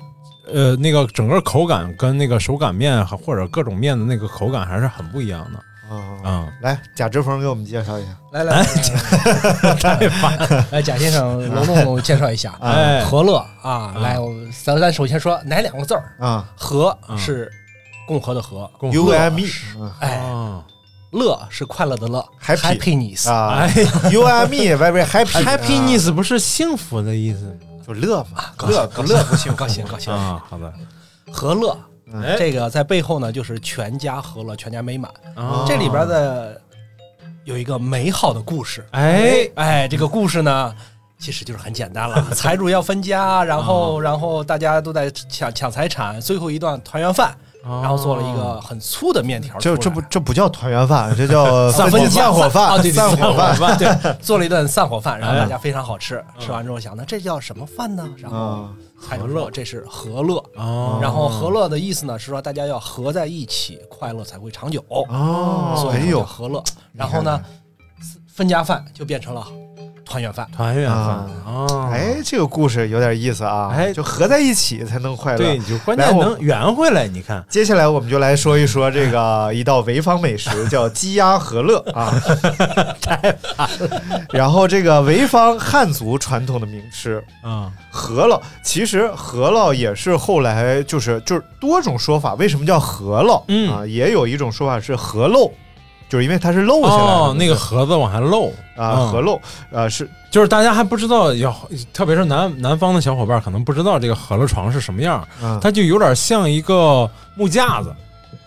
Speaker 2: 呃，那个整个口感跟那个手擀面或者各种面的那个口感还是很不一样的
Speaker 1: 啊！
Speaker 2: 啊、
Speaker 1: 来，贾志峰给我们介绍一下。
Speaker 3: 来来来来来，来贾先生隆重介绍一下
Speaker 1: 啊
Speaker 2: 哎，
Speaker 3: 和乐啊！来，我咱咱首先说哪两个字儿？
Speaker 1: 啊
Speaker 3: 和
Speaker 2: 嗯
Speaker 3: 是共和的和，
Speaker 2: 共
Speaker 1: ，U
Speaker 2: 和
Speaker 1: M E
Speaker 3: 哎，
Speaker 2: 啊，
Speaker 3: 乐是快乐的乐
Speaker 1: Happy
Speaker 3: happiness
Speaker 1: 啊
Speaker 2: 哎。
Speaker 1: ，U M E very happy
Speaker 2: Happiness 不是幸福的意思
Speaker 1: 啊就乐嘛，
Speaker 3: 高兴
Speaker 1: 乐不乐不行，
Speaker 3: 高兴高兴。
Speaker 2: 啊？好的，
Speaker 3: 和乐
Speaker 1: 嗯
Speaker 3: 这个在背后呢，就是全家和乐，全家美满。
Speaker 1: 啊
Speaker 3: 这里边的有一个美好的故事。
Speaker 2: 哎，
Speaker 3: 哎，这个故事呢，其实就是很简单 了，财主要分家，然
Speaker 1: 啊
Speaker 3: 后然后大家都在抢抢财产，最后一段团圆饭，然后做了一个很粗的面条出
Speaker 1: 这
Speaker 3: 来，
Speaker 1: 哦这不这不叫团圆饭，这叫
Speaker 3: 散
Speaker 1: 分
Speaker 3: 伙
Speaker 1: 鸡 散伙饭
Speaker 3: 啊，对，对
Speaker 1: 散伙饭。嗯
Speaker 3: 饭，对，做了一顿散伙饭，然后
Speaker 2: 哎呀
Speaker 3: 大家非常好吃，吃完之后想，那这叫什么饭呢？然后
Speaker 1: 啊
Speaker 3: 财主说这是和乐。
Speaker 2: 哦，
Speaker 3: 然后和乐的意思呢，是说大家要合在一起，快乐才会长久。
Speaker 1: 哦，
Speaker 3: 所以
Speaker 1: 哎
Speaker 3: 就叫
Speaker 1: 呦
Speaker 3: 和乐。
Speaker 1: 你看
Speaker 3: 然后呢，分家饭就变成了团圆饭。
Speaker 2: 团圆饭
Speaker 1: 啊
Speaker 2: 啊，
Speaker 1: 哎，这个故事有点意思啊，
Speaker 2: 哎
Speaker 1: 就合在一起才能快乐
Speaker 2: 对，。就关
Speaker 1: 来
Speaker 2: 键
Speaker 1: 我
Speaker 2: 能圆回来，你看，
Speaker 1: 接下来我们就来说一说这个一道潍坊美食，叫鸡鸭和乐啊， 太烦了。然后这个潍坊汉族传统的名吃
Speaker 2: 啊，
Speaker 1: 饸饹，其实饸饹也是后来就是就是多种说法，为什么叫饸饹？
Speaker 2: 嗯
Speaker 1: 啊，也有一种说法是饸漏，就是因为它是漏下来的、
Speaker 2: 哦，那个盒子往下漏
Speaker 1: 啊，饸
Speaker 2: 嗯
Speaker 1: 漏呃是
Speaker 2: 就是大家还不知道，要特别是南南方的小伙伴可能不知道这个饸饹床是什么样，
Speaker 1: 嗯
Speaker 2: 它就有点像一个木架子，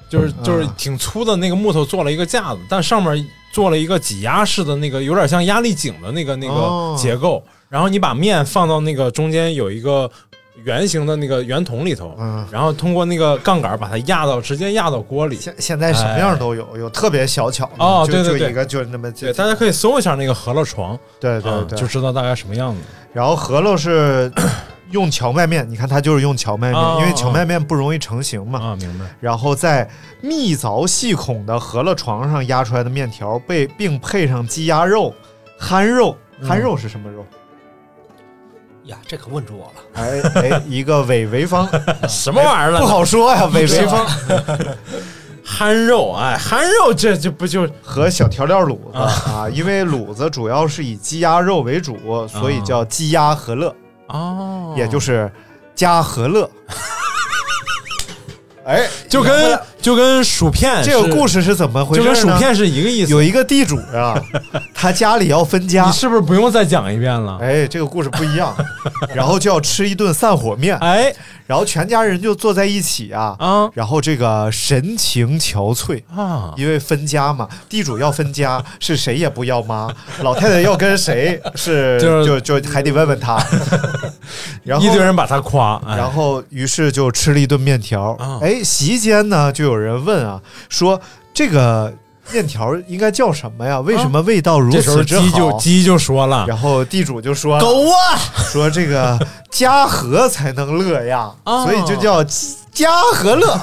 Speaker 2: 就是就是
Speaker 1: 嗯
Speaker 2: 挺粗的那个木头做了一个架子，但上面做了一个挤压式的那个，有点像压力井的那个那
Speaker 1: 哦
Speaker 2: 个结构。然后你把面放到那个中间有一个圆形的那个圆筒里头，
Speaker 1: 嗯。
Speaker 2: 然后通过那个杠杆把它压到，直接压到锅里。
Speaker 1: 现现在什么样都有，有特别小巧的，
Speaker 2: 哦
Speaker 1: 就
Speaker 2: 对对
Speaker 1: 就
Speaker 2: 对
Speaker 1: 一个就是那么
Speaker 2: 对，大家可以搜一下那个饸饹床，
Speaker 1: 对对
Speaker 2: 啊
Speaker 1: 对，
Speaker 2: 就知道大概什么样子。
Speaker 1: 然后饸饹是用荞麦面，你看它就是用荞麦面，
Speaker 2: 哦
Speaker 1: 因为荞麦面不容易成型嘛。
Speaker 2: 啊，明白。
Speaker 1: 然后在密凿细孔的饸饹床上压出来的面条，被并配上鸡鸭肉、憨肉。
Speaker 2: 嗯
Speaker 1: 憨肉是什么肉？
Speaker 3: 呀，这可问住我了。
Speaker 1: 哎
Speaker 2: 啊
Speaker 1: 哎，一个伪潍坊，
Speaker 2: 什么玩意儿
Speaker 1: 不好说呀，伪潍坊。
Speaker 2: 憨肉，哎，憨肉这这不就
Speaker 1: 和小调料卤子啊，因为卤子主要是以鸡鸭肉为主，所以叫鸡鸭和乐，
Speaker 2: 哦
Speaker 1: 也就是家和 乐。哎，
Speaker 2: 就
Speaker 1: 明白
Speaker 2: 跟
Speaker 1: 了
Speaker 2: 就跟薯片
Speaker 1: 这个故
Speaker 2: 事
Speaker 1: 事是怎么回
Speaker 2: 就
Speaker 1: 事呢？
Speaker 2: 跟薯片是一个意思。
Speaker 1: 有一个地主 啊，他家里要分家
Speaker 2: 你，是不是不用再讲一遍了？
Speaker 1: 哎，这个故事不一样， 然后就要吃一顿散伙面，
Speaker 2: 哎
Speaker 1: 然后全家人就坐在一起啊，
Speaker 2: 啊
Speaker 1: 然后这个神情憔悴。
Speaker 2: 啊！
Speaker 1: 因为分家嘛，地主要分家，是谁也不要妈，老太太要跟谁是
Speaker 2: 就是
Speaker 1: 就就还得问问 他。然后
Speaker 2: 一堆人把他夸，哎
Speaker 1: 然后于是就吃了一顿面条
Speaker 2: 啊。
Speaker 1: 哎，席间呢，就有人问啊，说这个面条应该叫什么呀？为什么味道如
Speaker 2: 啊这时候
Speaker 1: 此之
Speaker 2: 鸡就
Speaker 1: 好？
Speaker 2: 鸡就说了
Speaker 1: 然后地主就说：“
Speaker 2: 啊，
Speaker 1: 说这个家和才能乐呀，
Speaker 2: 哦
Speaker 1: 所以就叫鸡家和乐。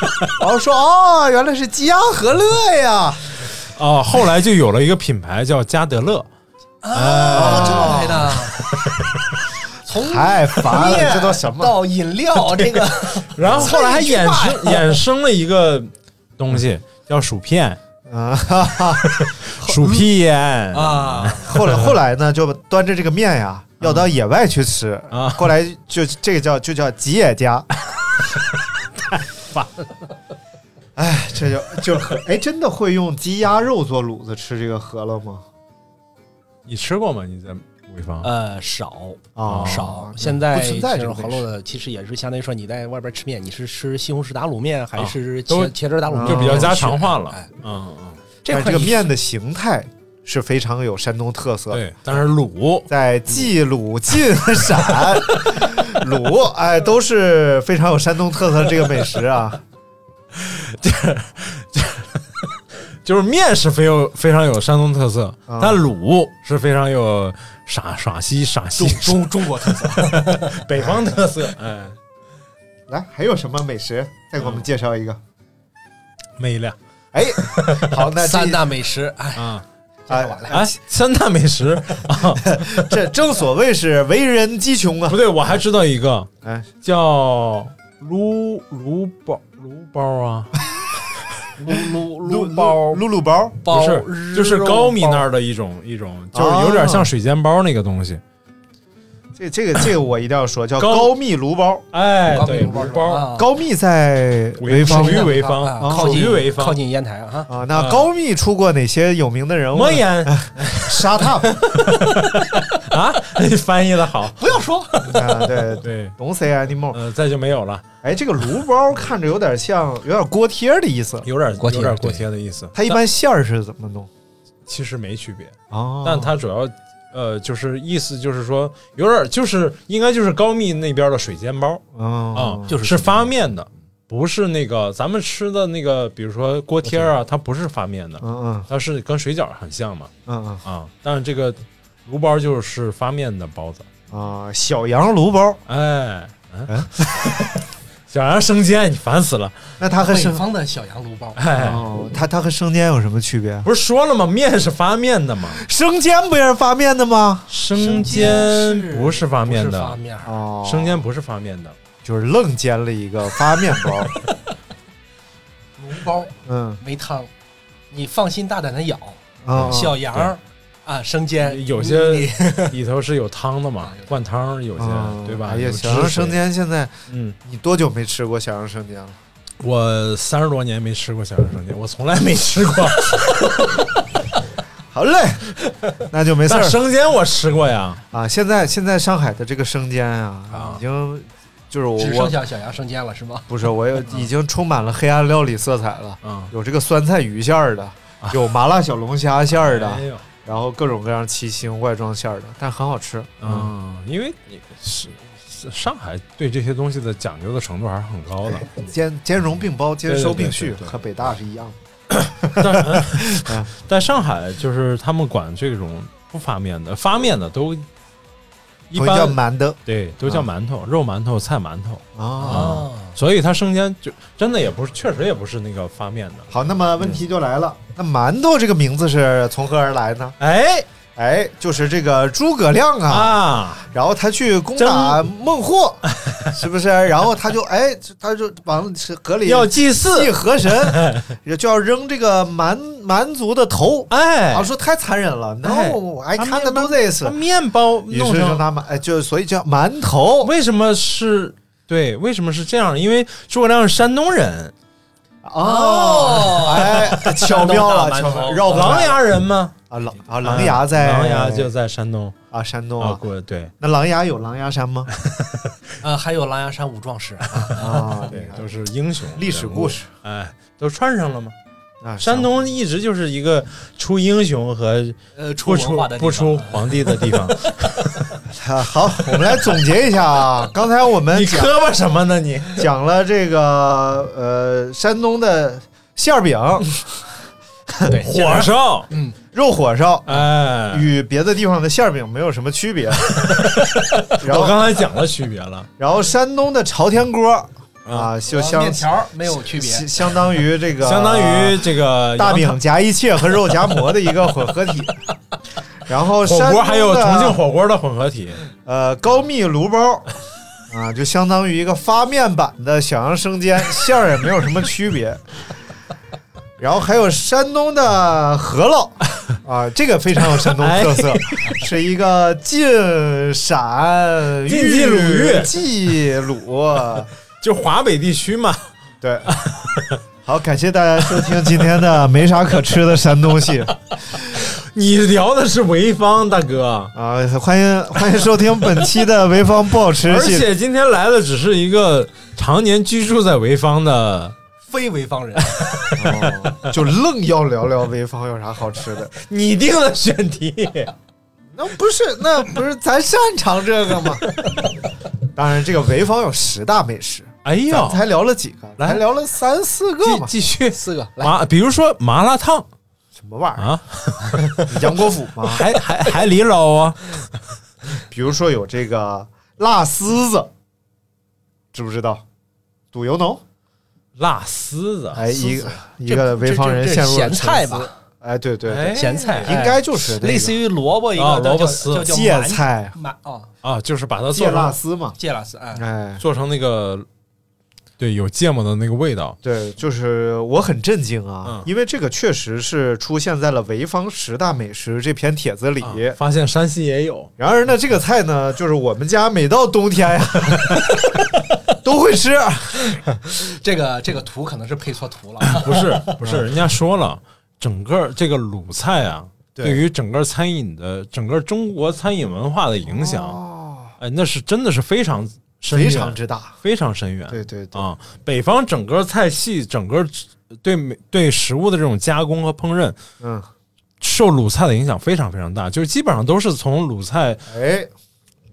Speaker 1: 然后说哦，原来是家和乐呀。
Speaker 2: 哦，后来就有了一个品牌叫嘉德乐，哦
Speaker 3: 啊，这么来 的，从
Speaker 1: 太烦了，
Speaker 3: 面
Speaker 1: 这都什么？
Speaker 3: 到饮 料这个
Speaker 2: 然后后来还衍
Speaker 3: 菜
Speaker 2: 生
Speaker 3: 一句话
Speaker 2: 衍生了一个东西叫薯片、
Speaker 1: 啊，哈哈
Speaker 2: 薯片
Speaker 1: 嗯
Speaker 3: 啊，
Speaker 1: 后来后来呢，就端着这个面呀，要到野外去吃
Speaker 2: 嗯啊
Speaker 1: 后来就这个叫就叫吉野家。太烦了，哎，这就就和哎，真的会用鸡鸭肉做卤子吃这个饸饹吗？
Speaker 2: 你吃过吗？你在潍坊？
Speaker 3: 呃，少
Speaker 2: 哦
Speaker 1: 啊，
Speaker 3: 少。
Speaker 1: 嗯
Speaker 3: 现在
Speaker 1: 不存在
Speaker 3: 这
Speaker 1: 这
Speaker 3: 种
Speaker 1: 个
Speaker 3: 饸
Speaker 1: 美食
Speaker 3: 饹的，其实也是相当于说你在外边吃面，你是吃西红柿打卤面还
Speaker 2: 啊
Speaker 3: 是
Speaker 2: 都
Speaker 3: 茄茄汁打卤面，
Speaker 2: 就比较家常化
Speaker 3: 哎
Speaker 2: 了，嗯嗯，
Speaker 3: 这
Speaker 1: 但
Speaker 3: 块
Speaker 1: 是这个
Speaker 3: 一
Speaker 1: 面的形态是非常有山东特色的。
Speaker 2: 对，但是卤
Speaker 1: 在冀鲁晋 陕鲁，哎，都是非常有山东特色的这个美食 啊。
Speaker 2: 就是面是非有非常有山东特色，
Speaker 1: 啊
Speaker 2: 但卤是非常有陕陕西陕西
Speaker 3: 中中中国特色，
Speaker 2: 北方特色。哎，
Speaker 1: 来，还有什么美食？再给我
Speaker 3: 嗯
Speaker 1: 们介绍一个。
Speaker 2: 没了
Speaker 1: 哎，好，那
Speaker 3: 三
Speaker 1: 这
Speaker 3: 大美食，哎，
Speaker 2: 啊
Speaker 1: 哎
Speaker 2: 啊！三大美食
Speaker 1: 这正所谓是为人鸡穷啊
Speaker 2: 不。对，我还知道一个
Speaker 1: 哎，
Speaker 2: 叫撸撸包撸包啊，
Speaker 3: 撸撸
Speaker 1: 撸
Speaker 3: 撸包
Speaker 1: 撸撸包，
Speaker 3: 包
Speaker 2: 不，是，就是
Speaker 3: 肉
Speaker 2: 高米
Speaker 3: 包
Speaker 2: 那儿的一种一种，就是有点像水煎包那个东西。
Speaker 1: 这这个这个我一定要说，叫
Speaker 2: 高
Speaker 1: 高密炉包。
Speaker 2: 哎，
Speaker 3: 啊高
Speaker 2: 对，
Speaker 3: 米
Speaker 2: 卤包，
Speaker 3: 啊
Speaker 1: 高密在潍坊
Speaker 2: 属于潍
Speaker 3: 啊
Speaker 2: 坊，
Speaker 3: 靠
Speaker 2: 属于
Speaker 3: 近
Speaker 2: 潍坊哦
Speaker 3: 靠。近烟台啊哈。
Speaker 1: 啊，那高密出过哪些有名的人物
Speaker 2: 莫
Speaker 1: 呢？
Speaker 2: 言
Speaker 1: 沙塔，
Speaker 2: 啊， 你翻译的好，
Speaker 3: 不要说，
Speaker 1: 啊对，
Speaker 2: 对，
Speaker 1: don't say anymore。
Speaker 2: 呃，再就没有了，
Speaker 1: 哎，这个炉包看着有点像，有点锅贴的意思。
Speaker 2: 有点
Speaker 3: 锅贴
Speaker 2: 有点锅
Speaker 3: 对
Speaker 2: 贴的意思。
Speaker 1: 它一般馅儿是怎么弄？
Speaker 2: 其实没区别，
Speaker 1: 哦
Speaker 2: 但它主要呃就是意思就是说有点就是应该就是高密那边的水煎包啊
Speaker 1: 哦，，
Speaker 3: 就是
Speaker 2: 是发面的，不是那个咱们吃的那个，比如说锅贴啊，它不是发面的，
Speaker 1: 嗯嗯
Speaker 2: 它是跟水饺很像嘛
Speaker 1: 嗯
Speaker 2: 啊，但是这个炉包就是发面的包子，
Speaker 1: 嗯啊，小羊炉包，
Speaker 2: 哎，嗯 小杨生煎，你烦死了！
Speaker 1: 那它和
Speaker 3: 北
Speaker 1: 生
Speaker 3: 方的小羊炉包，
Speaker 2: 哎，
Speaker 1: 哦，它它和生煎有什么区别？啊
Speaker 2: 不是说了吗？面是发面的吗？
Speaker 1: 生煎不也是发面的吗？
Speaker 2: 生
Speaker 3: 煎
Speaker 2: 煎不是发面
Speaker 3: 不是发
Speaker 2: 的，啊
Speaker 3: 面儿
Speaker 1: 哦，
Speaker 2: 生煎不是发面的，
Speaker 1: 就是愣煎了一个发面包。
Speaker 3: 炉包
Speaker 1: 嗯
Speaker 3: 没汤，你放心大胆的咬
Speaker 1: 啊，
Speaker 3: 小羊儿啊，生煎
Speaker 2: 有些
Speaker 3: 你你
Speaker 2: 里头是有汤的嘛，灌汤有些
Speaker 1: 嗯
Speaker 2: 对吧？
Speaker 1: 哎呀，
Speaker 2: 有
Speaker 1: 小
Speaker 2: 汁
Speaker 1: 羊
Speaker 2: 水
Speaker 1: 生，煎现在
Speaker 2: 嗯，
Speaker 1: 你多久没吃过小羊生煎了？
Speaker 2: 我三十多年没吃过小杨生煎，我从来没吃过，
Speaker 1: 好嘞， 那就没事
Speaker 2: 但
Speaker 1: 儿
Speaker 2: 生煎我吃过呀。
Speaker 1: 啊。现在现在上海的这个生煎啊
Speaker 2: 啊，
Speaker 1: 已经就是我
Speaker 3: 只
Speaker 1: 我
Speaker 3: 剩下小羊生煎了是吗？
Speaker 1: 不是，我也已经充满了黑暗料理色彩了。
Speaker 2: 嗯
Speaker 1: 有这个酸菜鱼馅儿的，有麻辣小龙虾馅儿的
Speaker 2: 啊
Speaker 1: 啊
Speaker 2: 哎，呦
Speaker 1: 然后各种各样奇形怪状馅儿的，但很好吃。
Speaker 2: 嗯，因为你是是上海对这些东西的讲究的程度还是很高的，
Speaker 1: 嗯，兼兼容并包，兼收并蓄，
Speaker 2: 对对对对对
Speaker 1: 和北大是一样的。 啊
Speaker 2: 在上海就是他们管这种不发面的，发面的都一
Speaker 1: 同叫
Speaker 2: 般
Speaker 1: 馒啊头
Speaker 2: 对都叫馒头、肉馒头、菜馒头，
Speaker 1: 啊。
Speaker 3: 啊，
Speaker 2: 所以它生煎就真的也不是，确实也不是那个发面的。
Speaker 1: 好，那么问题就来了，那馒头这个名字是从何而来呢？
Speaker 2: 哎，
Speaker 1: 哎，就是这个诸葛亮啊，
Speaker 2: 啊，
Speaker 1: 然后他去攻打孟获， 是不是？然后他就哎，他就往河里
Speaker 2: 要祭
Speaker 1: 祭
Speaker 2: 祀，
Speaker 1: 河神，就要扔这个蛮蛮族的头。
Speaker 2: 哎
Speaker 1: 然后，说太残忍了
Speaker 2: 哎
Speaker 1: ，no，I
Speaker 2: 他
Speaker 1: can't
Speaker 2: 面包
Speaker 1: do this
Speaker 2: 把。面包
Speaker 1: 于
Speaker 2: 弄
Speaker 1: 是让
Speaker 2: 成
Speaker 1: 他们哎，就所以叫馒头
Speaker 2: 为什么是？对，为什么是这样？因为诸葛亮是山东人，
Speaker 3: 哦
Speaker 1: 哎，巧妙了，
Speaker 3: 山
Speaker 1: 巧
Speaker 3: 东大馒头
Speaker 1: 妙，绕不来
Speaker 2: 琅琊人吗？
Speaker 1: 啊，琅啊，琅琊哦在
Speaker 2: 琅琊就在山东
Speaker 1: 啊，山东
Speaker 2: 啊，
Speaker 1: 啊，
Speaker 2: 过对，
Speaker 1: 那琅琊有琅琊山 吗？
Speaker 3: 呃，还有狼牙山五壮士，
Speaker 1: 啊，
Speaker 2: 对
Speaker 1: 你，看
Speaker 2: 都是英雄
Speaker 1: 历史故
Speaker 2: 事，
Speaker 1: 事
Speaker 2: 哎，都串上了吗？
Speaker 1: 啊，
Speaker 2: 山东一直就是一个出英雄和
Speaker 3: 呃，
Speaker 2: 不
Speaker 3: 出
Speaker 2: 出
Speaker 3: 文化的地
Speaker 2: 不
Speaker 3: 方
Speaker 2: 出皇帝的地方。
Speaker 1: 啊 好，我们来总结一下啊，刚才我们
Speaker 2: 你
Speaker 1: 讲
Speaker 2: 磕巴什么呢？你
Speaker 1: 讲了这个呃，山东的馅 儿饼、
Speaker 3: 对
Speaker 2: 火烧，
Speaker 1: 肉火烧
Speaker 2: 哎，
Speaker 1: 与别的地方的馅儿饼没有什么区别。 然
Speaker 2: 我
Speaker 1: 后，
Speaker 2: 刚才讲了区别了
Speaker 1: 然后山东的朝天锅
Speaker 2: 啊，
Speaker 1: 啊，就
Speaker 3: 呃
Speaker 1: 相
Speaker 3: 面条儿没有区别，
Speaker 1: 相相当于这个
Speaker 2: 相当于这个
Speaker 1: 大
Speaker 2: 羊
Speaker 1: 饼夹一切和肉夹馍的一个混合 体。然后
Speaker 2: 火
Speaker 1: 山
Speaker 2: 锅，
Speaker 1: 东
Speaker 2: 还有
Speaker 1: 的
Speaker 2: 重庆火锅的混合体。
Speaker 1: 呃高密炉 包。啊，就相当于一个发面版的小杨生煎，馅儿也没有什么区别。然后还有山东的饸烙，啊，这个非常有山东特色，
Speaker 2: 哎
Speaker 1: 是一个晋陕
Speaker 2: 晋冀鲁豫
Speaker 1: 冀鲁，
Speaker 2: 就华北地区嘛，
Speaker 1: 对。好，感谢大家收听今天的没啥可吃的山东西。
Speaker 2: 你聊的是潍坊大哥，
Speaker 1: 啊，欢迎欢迎收听本期的潍坊不好吃
Speaker 2: 而
Speaker 1: 系列，
Speaker 2: 且今天来的只是一个常年居住在潍坊的，
Speaker 3: 非潍坊人。
Speaker 1: 哦就愣要聊聊潍坊有啥好吃的。
Speaker 2: 你定的选题，
Speaker 1: 那不是那不是咱擅长这个吗？ 当然，这个潍坊有十大美食，
Speaker 2: 哎
Speaker 1: 咱
Speaker 2: 呦，
Speaker 1: 才聊了几个，
Speaker 2: 来
Speaker 1: 才聊了三四个嘛，
Speaker 2: 继继续
Speaker 3: 四个来，
Speaker 2: 麻，比如说麻辣烫
Speaker 1: 什么玩意儿？
Speaker 2: 啊，
Speaker 1: 杨国福 嘛，
Speaker 2: 还还还离老啊，
Speaker 1: 比如说有这个辣丝子，知不知道？赌油农，
Speaker 2: 辣啊丝子，
Speaker 1: 哎，一个一
Speaker 3: 这
Speaker 1: 个潍坊人
Speaker 3: 这这
Speaker 1: 陷入了
Speaker 3: 咸菜
Speaker 1: 沉思
Speaker 3: 吧，
Speaker 1: 哎，对对对，
Speaker 2: 哎
Speaker 3: 咸菜
Speaker 1: 应该就是那
Speaker 3: 类似
Speaker 1: 个
Speaker 3: 于萝卜一
Speaker 2: 啊
Speaker 3: 个叫
Speaker 2: 萝卜丝
Speaker 3: 叫叫
Speaker 1: 芥
Speaker 3: 蛮
Speaker 1: 菜、
Speaker 3: 蛮哦
Speaker 2: 啊，就是把它
Speaker 1: 芥
Speaker 2: 做
Speaker 1: 辣
Speaker 2: 成
Speaker 1: 丝嘛，
Speaker 3: 芥辣丝哎，
Speaker 1: 哎，
Speaker 2: 做成那个，对，有芥末的那个味道，
Speaker 1: 对，就是我很震惊啊，
Speaker 2: 嗯
Speaker 1: 因为这个确实是出现在了潍坊十大美食这篇帖子里。
Speaker 2: 啊发现山西也有，
Speaker 1: 然而呢，这个菜呢，就是我们家每到冬天呀、 都会 吃。
Speaker 2: 哦
Speaker 3: 这个这个图可能是配错图了。
Speaker 2: 不是不
Speaker 1: 嗯
Speaker 2: 是，人家说了，整个这个鲁菜啊，
Speaker 1: 对
Speaker 2: 对于整个餐饮的整个中国餐饮文化的影响，
Speaker 1: 哦，
Speaker 2: 哎，那是真的是非常 深
Speaker 1: 非
Speaker 2: 远
Speaker 1: 常之大。
Speaker 2: 非常深远。
Speaker 1: 对对对，
Speaker 2: 啊，北方整个菜系，整个对美对食物的这种加工和烹饪，
Speaker 1: 嗯，
Speaker 2: 受鲁菜的影响非常非常大，就是基本上都是从鲁菜
Speaker 1: 哎，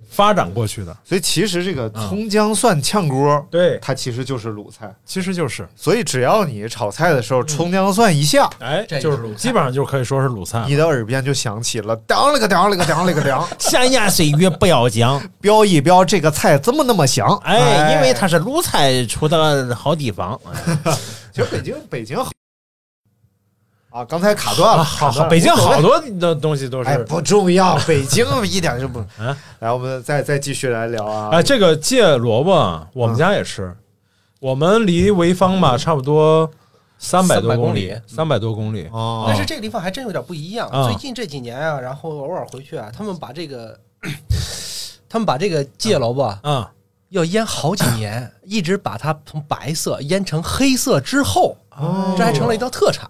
Speaker 2: 发展过去的。
Speaker 1: 所以其实这个葱姜蒜炝锅，
Speaker 2: 嗯对，
Speaker 1: 它其实就是鲁菜。
Speaker 2: 其实就是，
Speaker 1: 所以只要你炒菜的时
Speaker 2: 嗯
Speaker 1: 候葱姜蒜一下，
Speaker 2: 哎，
Speaker 3: 这
Speaker 2: 就
Speaker 3: 就是
Speaker 2: 是
Speaker 3: 鲁菜
Speaker 2: 基本上就可以说是鲁菜
Speaker 1: 你。的耳边就响起了当了个当了个当了个当，
Speaker 2: 三亚水月不要讲，
Speaker 1: 标一标这个菜怎么那么香？
Speaker 2: 哎
Speaker 1: 哎
Speaker 2: 是鲁菜出的好地方。哎
Speaker 1: 其实北京 北京好啊，刚才卡断了，
Speaker 2: 啊，好
Speaker 1: 卡断
Speaker 2: 好，
Speaker 1: 了
Speaker 2: 北京好。
Speaker 1: 无所谓
Speaker 2: 多的东西都是。
Speaker 1: 哎，不重要，北京一点 就不。
Speaker 2: 啊
Speaker 1: 来，我们再再继续来聊啊。
Speaker 2: 哎，这个芥萝卜啊，我们家也吃。我们离潍坊吧，差不多三百多公里，三百多公里。
Speaker 1: 哦
Speaker 3: 但是这个地方还真有点不一样。
Speaker 2: 啊
Speaker 3: 最近这几年啊，然后偶尔回去啊，他们把这个，他们把这个芥萝卜啊
Speaker 2: 啊
Speaker 3: 要腌好几年，一直把它从白色腌成黑色之后，
Speaker 1: 哦
Speaker 3: 这还成了一道特产。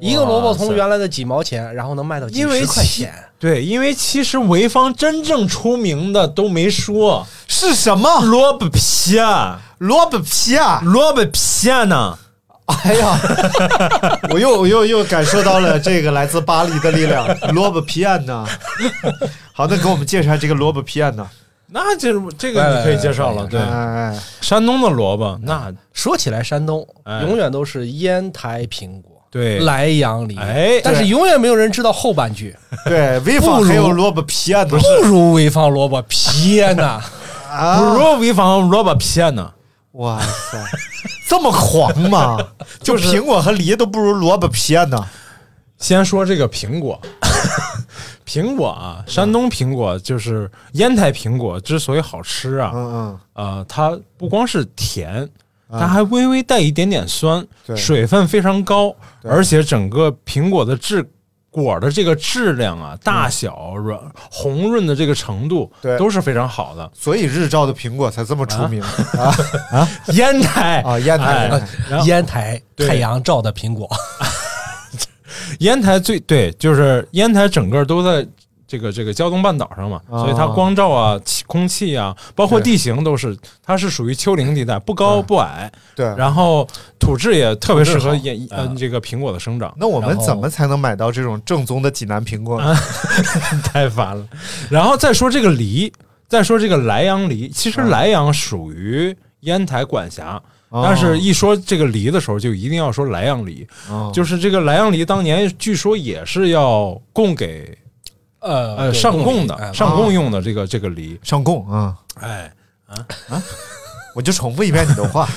Speaker 3: 一个萝卜从原来的几毛钱，然后能卖到几
Speaker 2: 因为
Speaker 3: 十块
Speaker 2: 其
Speaker 3: 钱。
Speaker 2: 对，因为其实潍坊真正出名的都没说，
Speaker 1: 是什么
Speaker 2: 萝卜皮啊，
Speaker 1: 萝卜皮啊？
Speaker 2: 萝卜皮啊呢，
Speaker 1: 哎呀，我又我又又感受到了这个来自巴黎的力量。萝卜皮案呢？ 好，那给我们介绍一下这个萝卜皮案呢？
Speaker 2: 那这这个你可以介绍了。对，
Speaker 1: 哎，
Speaker 2: 山东的萝卜，那
Speaker 3: 说起来，山东
Speaker 2: 哎
Speaker 3: 永远都是烟台苹果、
Speaker 2: 对，
Speaker 3: 莱阳梨，
Speaker 2: 哎，
Speaker 3: 但是永远没有人知道后半句，
Speaker 1: 对，潍坊还有萝卜皮案呢
Speaker 3: 不如潍坊萝卜皮呢。
Speaker 1: 啊
Speaker 2: 不如潍坊萝卜皮啊呢。
Speaker 1: 哇塞，这么狂 吗？就
Speaker 2: 就是
Speaker 1: 苹果和梨都不如萝卜片呢。
Speaker 2: 先说这个苹果， 苹果啊，山东苹果就是烟台苹果之所以好吃啊，
Speaker 1: 嗯
Speaker 2: 呃，它不光是甜，
Speaker 1: 嗯，
Speaker 2: 它还微微带一点点酸，
Speaker 1: 对
Speaker 2: 水分非常高，
Speaker 1: 对
Speaker 2: 而且整个苹果的质果的这个质量啊、大小、软红润的这个程度，
Speaker 1: 嗯对。
Speaker 2: 都是非常好的
Speaker 1: 所以日照的苹果才这么出名啊
Speaker 2: 烟 台
Speaker 1: 啊！烟台烟
Speaker 2: 哎
Speaker 1: 台
Speaker 2: 然后
Speaker 3: 烟台
Speaker 2: 对
Speaker 3: 太阳照的苹果，
Speaker 2: 烟台最对，就是烟台整个都在这个这个胶东半岛上嘛，
Speaker 1: 啊
Speaker 2: 所以它光照啊、气空气啊，包括
Speaker 1: 对
Speaker 2: 地形都是，它是属于丘陵地带，不高
Speaker 1: 嗯
Speaker 2: 不矮，
Speaker 1: 对。
Speaker 2: 然后土质也特别适
Speaker 3: 土质好
Speaker 2: 合烟呃
Speaker 3: 嗯
Speaker 2: 这个苹果的生长，
Speaker 1: 那我们
Speaker 3: 然后
Speaker 1: 怎么才能买到这种正宗的济南苹果呢？
Speaker 2: 太烦了。然后再说这个梨，再说这个莱阳梨，其实
Speaker 1: 嗯
Speaker 2: 莱阳属于烟台管辖，
Speaker 1: 哦
Speaker 2: 但是一说这个梨的时候，就一定要说莱阳梨，
Speaker 1: 哦
Speaker 2: 就是这个莱阳梨当年据说也是要供给
Speaker 3: 呃
Speaker 2: 呃
Speaker 3: 对
Speaker 2: 上供
Speaker 3: 哎
Speaker 2: 的上供用的这个这个梨，
Speaker 1: 上供啊！
Speaker 2: 哎
Speaker 1: 我就重复一遍你的 话，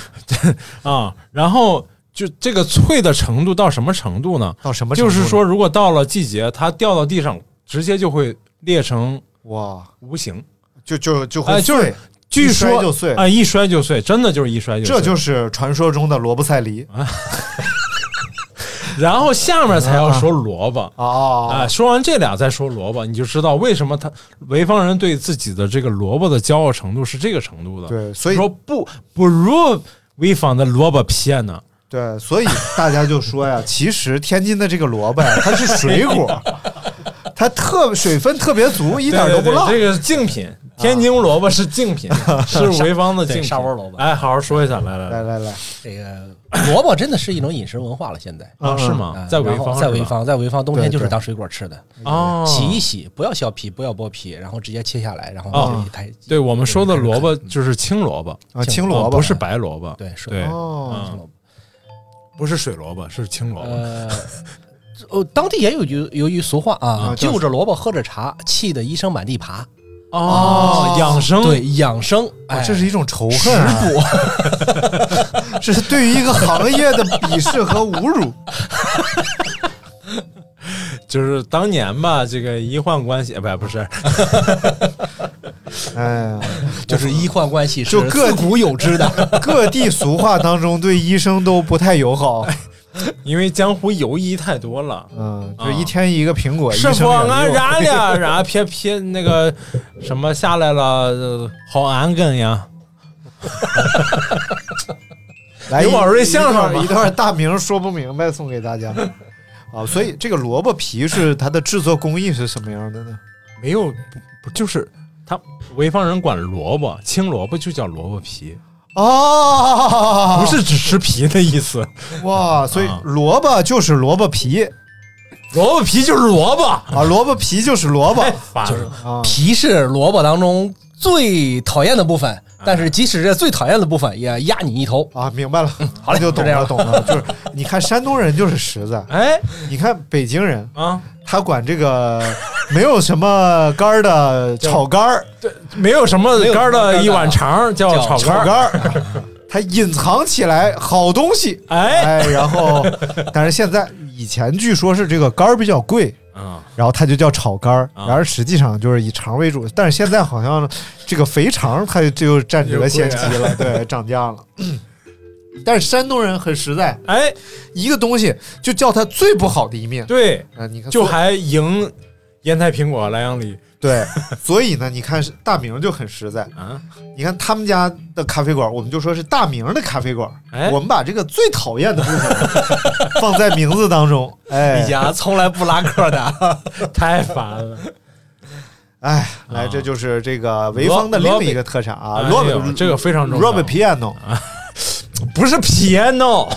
Speaker 2: 啊，然后就这个脆的程度到什么程度呢？
Speaker 1: 到什么程
Speaker 2: 就
Speaker 1: 度呢？
Speaker 2: 是说，如果到了季节，它掉到地上，直接就会裂成
Speaker 1: 哇，
Speaker 2: 无形。
Speaker 1: 就就就会
Speaker 2: 哎就是
Speaker 1: 碎
Speaker 2: 据
Speaker 1: 一摔
Speaker 2: 说
Speaker 1: 就碎
Speaker 2: 啊，一摔就碎，真的就是一摔就碎。
Speaker 1: 这就是传说中的萝卜赛梨
Speaker 2: 啊然后下面才要说萝卜。
Speaker 1: 啊
Speaker 2: 哎，！说完这俩再说萝卜，你就知道为什么他潍坊人对自己的这个萝卜的骄傲程度是这个程度的。
Speaker 1: 对，所以
Speaker 2: 说不不如潍坊的萝卜偏呢。
Speaker 1: 对，所以大家就说呀， 其实天津的这个萝卜呀，它是水果，它特水分特别足，一点都不
Speaker 2: 对
Speaker 1: 浪
Speaker 2: 对。对这个是竞品，天津萝卜是竞品，是潍坊的竞
Speaker 3: 啊对
Speaker 2: 品。
Speaker 3: 砂锅萝卜
Speaker 2: 哎，好好说一下，来来
Speaker 1: 来来
Speaker 2: 来，
Speaker 1: 来，
Speaker 3: 这个 萝卜真的是一种饮食文化了，现在。
Speaker 2: 啊，是吗
Speaker 3: 嗯？
Speaker 2: 在潍
Speaker 3: 然
Speaker 2: 坊
Speaker 3: 后
Speaker 2: 是吧，
Speaker 3: 在潍坊，在潍坊冬天
Speaker 1: 对
Speaker 3: 就是
Speaker 1: 对
Speaker 3: 当水果吃的，
Speaker 2: 哦，
Speaker 3: 洗一洗，不要削皮，不要剥皮，然后直接切下来，然后
Speaker 2: 哦
Speaker 3: 就太
Speaker 2: 对我们说的萝卜就是青萝卜，哦
Speaker 1: 啊，
Speaker 3: 嗯青
Speaker 1: 青萝卜
Speaker 2: 不是白萝卜，
Speaker 3: 对是
Speaker 2: 对，
Speaker 1: 哦，
Speaker 2: 嗯
Speaker 3: 青萝卜。
Speaker 2: 不是水萝卜，是青萝卜。
Speaker 3: 呃，哦，当地也有句有句俗话啊
Speaker 1: 啊，叫
Speaker 3: 就着萝卜喝着茶，气得医生满地爬。
Speaker 1: 哦
Speaker 2: 养生，
Speaker 3: 对，养生，
Speaker 1: 哇
Speaker 3: 哎，
Speaker 1: 哦这是一种仇恨、啊， 这是对于一个行业的鄙视和侮辱。
Speaker 2: 就是当年吧，这个医患关系，哎不不是，
Speaker 1: 哎呀，
Speaker 3: 就是医患关系
Speaker 1: 就是各
Speaker 3: 自古有之的。
Speaker 1: 各地俗话当中对医生都不太友好。
Speaker 2: 因为江湖游医太多了。
Speaker 1: 嗯，就一天一个苹果，医
Speaker 2: 是
Speaker 1: 生
Speaker 2: 不俺
Speaker 1: 也没有
Speaker 2: 然 的，然后偏偏那个什么下来了，呃好安根呀，
Speaker 1: 来
Speaker 2: 刘宝瑞
Speaker 1: 一
Speaker 2: 相声吧
Speaker 1: 一段一段大名说不明白，送给大家。啊，所以这个萝卜皮是它的制作工艺是什么样的呢？
Speaker 2: 没有，不就是他潍坊人管萝卜，青萝卜就叫萝卜皮，
Speaker 1: 哦，
Speaker 2: 不是只吃皮的意思，
Speaker 1: 哇，所以
Speaker 2: 啊
Speaker 1: 萝卜就是萝卜皮
Speaker 2: 萝卜皮就是萝卜，哎
Speaker 1: 啊，萝卜皮就是萝卜
Speaker 2: 太烦了。
Speaker 1: 啊。
Speaker 3: 皮是萝卜当中最讨厌的部分，但是即使这最讨厌的部分，也压你一头。
Speaker 1: 啊，明白了，
Speaker 2: 嗯
Speaker 3: 好嘞
Speaker 1: 就懂
Speaker 3: 就这样
Speaker 1: 了，懂了。就是你看山东人就是实在，
Speaker 2: 哎
Speaker 1: 你看北京人，
Speaker 2: 啊，
Speaker 1: 他管这个没有什么干儿的炒肝儿、
Speaker 2: 没有什么
Speaker 3: 没有
Speaker 2: 干儿
Speaker 3: 什么干儿
Speaker 2: 的
Speaker 3: 的
Speaker 2: 一碗肠叫
Speaker 3: 叫
Speaker 2: 炒
Speaker 1: 炒
Speaker 2: 肝儿，
Speaker 1: 肝儿，啊他隐藏起来好东西。
Speaker 2: 哎，
Speaker 1: 哎，然 后，但是现在以前据说是这个肝儿比较贵，
Speaker 2: 嗯，
Speaker 1: 然后它就叫炒肝儿，
Speaker 2: 啊
Speaker 1: 然而实际上就是以肠为主。但是现在好像这个肥肠它就就占据了
Speaker 2: 啊
Speaker 1: 先机了，对，涨价 了。但是山东人很实在，
Speaker 2: 哎，
Speaker 1: 一个东西就叫它最不好的一面。
Speaker 2: 对，
Speaker 1: 啊、你看，
Speaker 2: 就
Speaker 1: 所以
Speaker 2: 还赢烟台苹果莱阳梨
Speaker 1: 对，所以呢，你看是大明就很实在。
Speaker 2: 啊，
Speaker 1: 你看他们家的咖啡馆，我们就说是大明的咖啡馆。
Speaker 2: 哎
Speaker 1: 我们把这个最讨厌的部分放在名字当中。 哎，
Speaker 3: 家从来不拉客的，
Speaker 2: 太烦了。啊
Speaker 1: 哎，来，这就是这个潍坊的另一个特产啊，
Speaker 2: 哎
Speaker 1: 萝卜、
Speaker 2: 呦这个非常重要
Speaker 1: 萝卜 piano
Speaker 2: 不是啊 piano，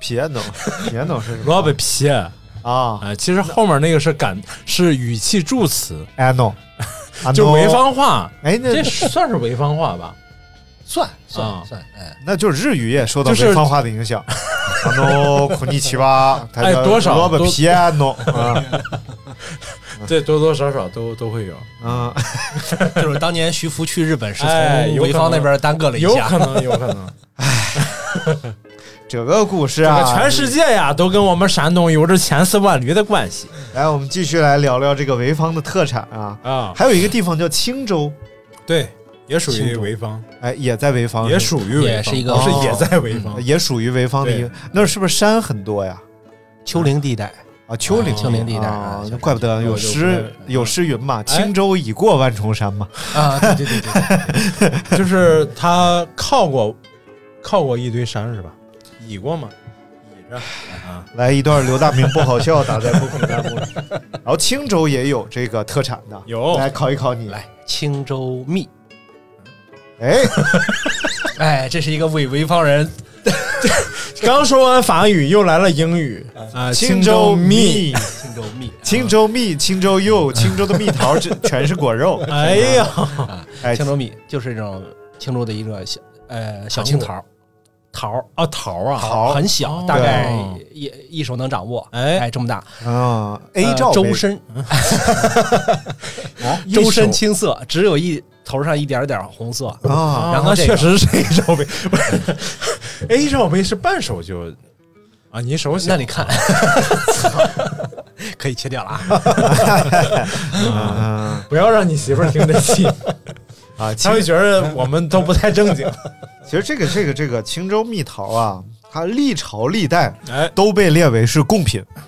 Speaker 1: piano piano 是什么
Speaker 2: 萝卜皮啊，
Speaker 1: 啊
Speaker 2: 其实后面那个是感是语气助词，
Speaker 1: ，ano，
Speaker 2: 就潍，坊话，
Speaker 1: 哎，那
Speaker 2: 这算是潍坊话吧？
Speaker 3: 算
Speaker 2: 啊
Speaker 3: 算算，哎，
Speaker 1: 那就是日语也受到
Speaker 2: 就是
Speaker 1: 潍坊话的影 响。ano 苦尼奇哇，它
Speaker 2: 哎
Speaker 1: 叫
Speaker 2: 多少
Speaker 1: 萝卜
Speaker 2: 都
Speaker 1: piano 啊，
Speaker 2: 对，多多少少都都会有，
Speaker 1: 嗯，
Speaker 3: 就是当年徐福去日本是从
Speaker 2: 哎有可
Speaker 3: 潍
Speaker 2: 能
Speaker 3: 坊那边耽搁了一
Speaker 2: 有
Speaker 3: 下
Speaker 2: 可，能，有可能。
Speaker 1: 这个故事
Speaker 2: 这
Speaker 1: 啊，
Speaker 2: 个全世界呀，都跟我们山东有着千丝万缕的关系
Speaker 1: 来，我们继续来聊聊这个潍坊的特产啊，
Speaker 2: 啊。
Speaker 1: 还有一个地方叫青州，
Speaker 2: 对，也属于
Speaker 3: 庆祝
Speaker 2: 潍坊，
Speaker 1: 哎，也在潍坊，
Speaker 2: 也属于潍坊，
Speaker 3: 也是一个
Speaker 2: 不是嗯
Speaker 1: 哦
Speaker 2: 也在潍坊。
Speaker 1: 也属于潍坊的一个，那是不是山很多呀？
Speaker 3: 丘陵地带，
Speaker 1: 啊，丘陵
Speaker 3: 啊 丘陵地带
Speaker 1: 啊
Speaker 3: 啊，
Speaker 1: 那怪不得有诗
Speaker 2: 我就不太
Speaker 1: 有诗云嘛，“
Speaker 2: 哎
Speaker 1: 轻舟已过万重山”嘛。
Speaker 3: 啊，对对对对对，
Speaker 2: 就是他靠过，靠过一堆山是吧？倚过吗？倚着啊，
Speaker 1: 来一段刘大明不好笑，打在不空弹幕里。然后青州也有这个特产的，
Speaker 2: 有
Speaker 1: 来考一考你。
Speaker 3: 来 青州蜜，
Speaker 1: 哎，
Speaker 3: 哎，这是一个伪潍坊人，
Speaker 2: 刚说完法语，又来了英语啊，
Speaker 1: 青
Speaker 2: 州
Speaker 1: 州蜜，
Speaker 3: 青州啊蜜，
Speaker 1: 青州蜜，青州柚，青州的蜜桃，这全是果肉。
Speaker 2: 哎呀，
Speaker 1: 哎，
Speaker 3: 青州蜜 就是这种青州的一个小呃小青桃儿，桃儿
Speaker 2: 啊桃啊，
Speaker 1: 桃
Speaker 3: 很小
Speaker 2: 哦，
Speaker 3: 大概
Speaker 2: 对
Speaker 3: 一一手能掌握，
Speaker 2: 哎
Speaker 3: 哎这么大。
Speaker 1: 啊，A
Speaker 3: 呃
Speaker 1: 罩杯
Speaker 3: 周身
Speaker 1: 啊一
Speaker 3: 周身
Speaker 1: 手
Speaker 3: 青色，只有一头上一点点红色。
Speaker 1: 啊，
Speaker 3: 然后
Speaker 2: 啊
Speaker 3: 这
Speaker 2: 确
Speaker 3: 个
Speaker 2: 实是 A 罩杯，不是 A 罩杯是半手就啊，你手小
Speaker 3: 那你 看，可以切掉了啊。
Speaker 1: 嗯
Speaker 2: 不要让你媳妇儿听这戏，
Speaker 1: 啊，
Speaker 2: 她
Speaker 1: 其
Speaker 2: 会
Speaker 1: 实
Speaker 2: 觉得我们都不太正经。
Speaker 1: 其实这个这个这个青州蜜桃啊，它历朝历代
Speaker 2: 哎，
Speaker 1: 都被列为是贡品。
Speaker 2: 啊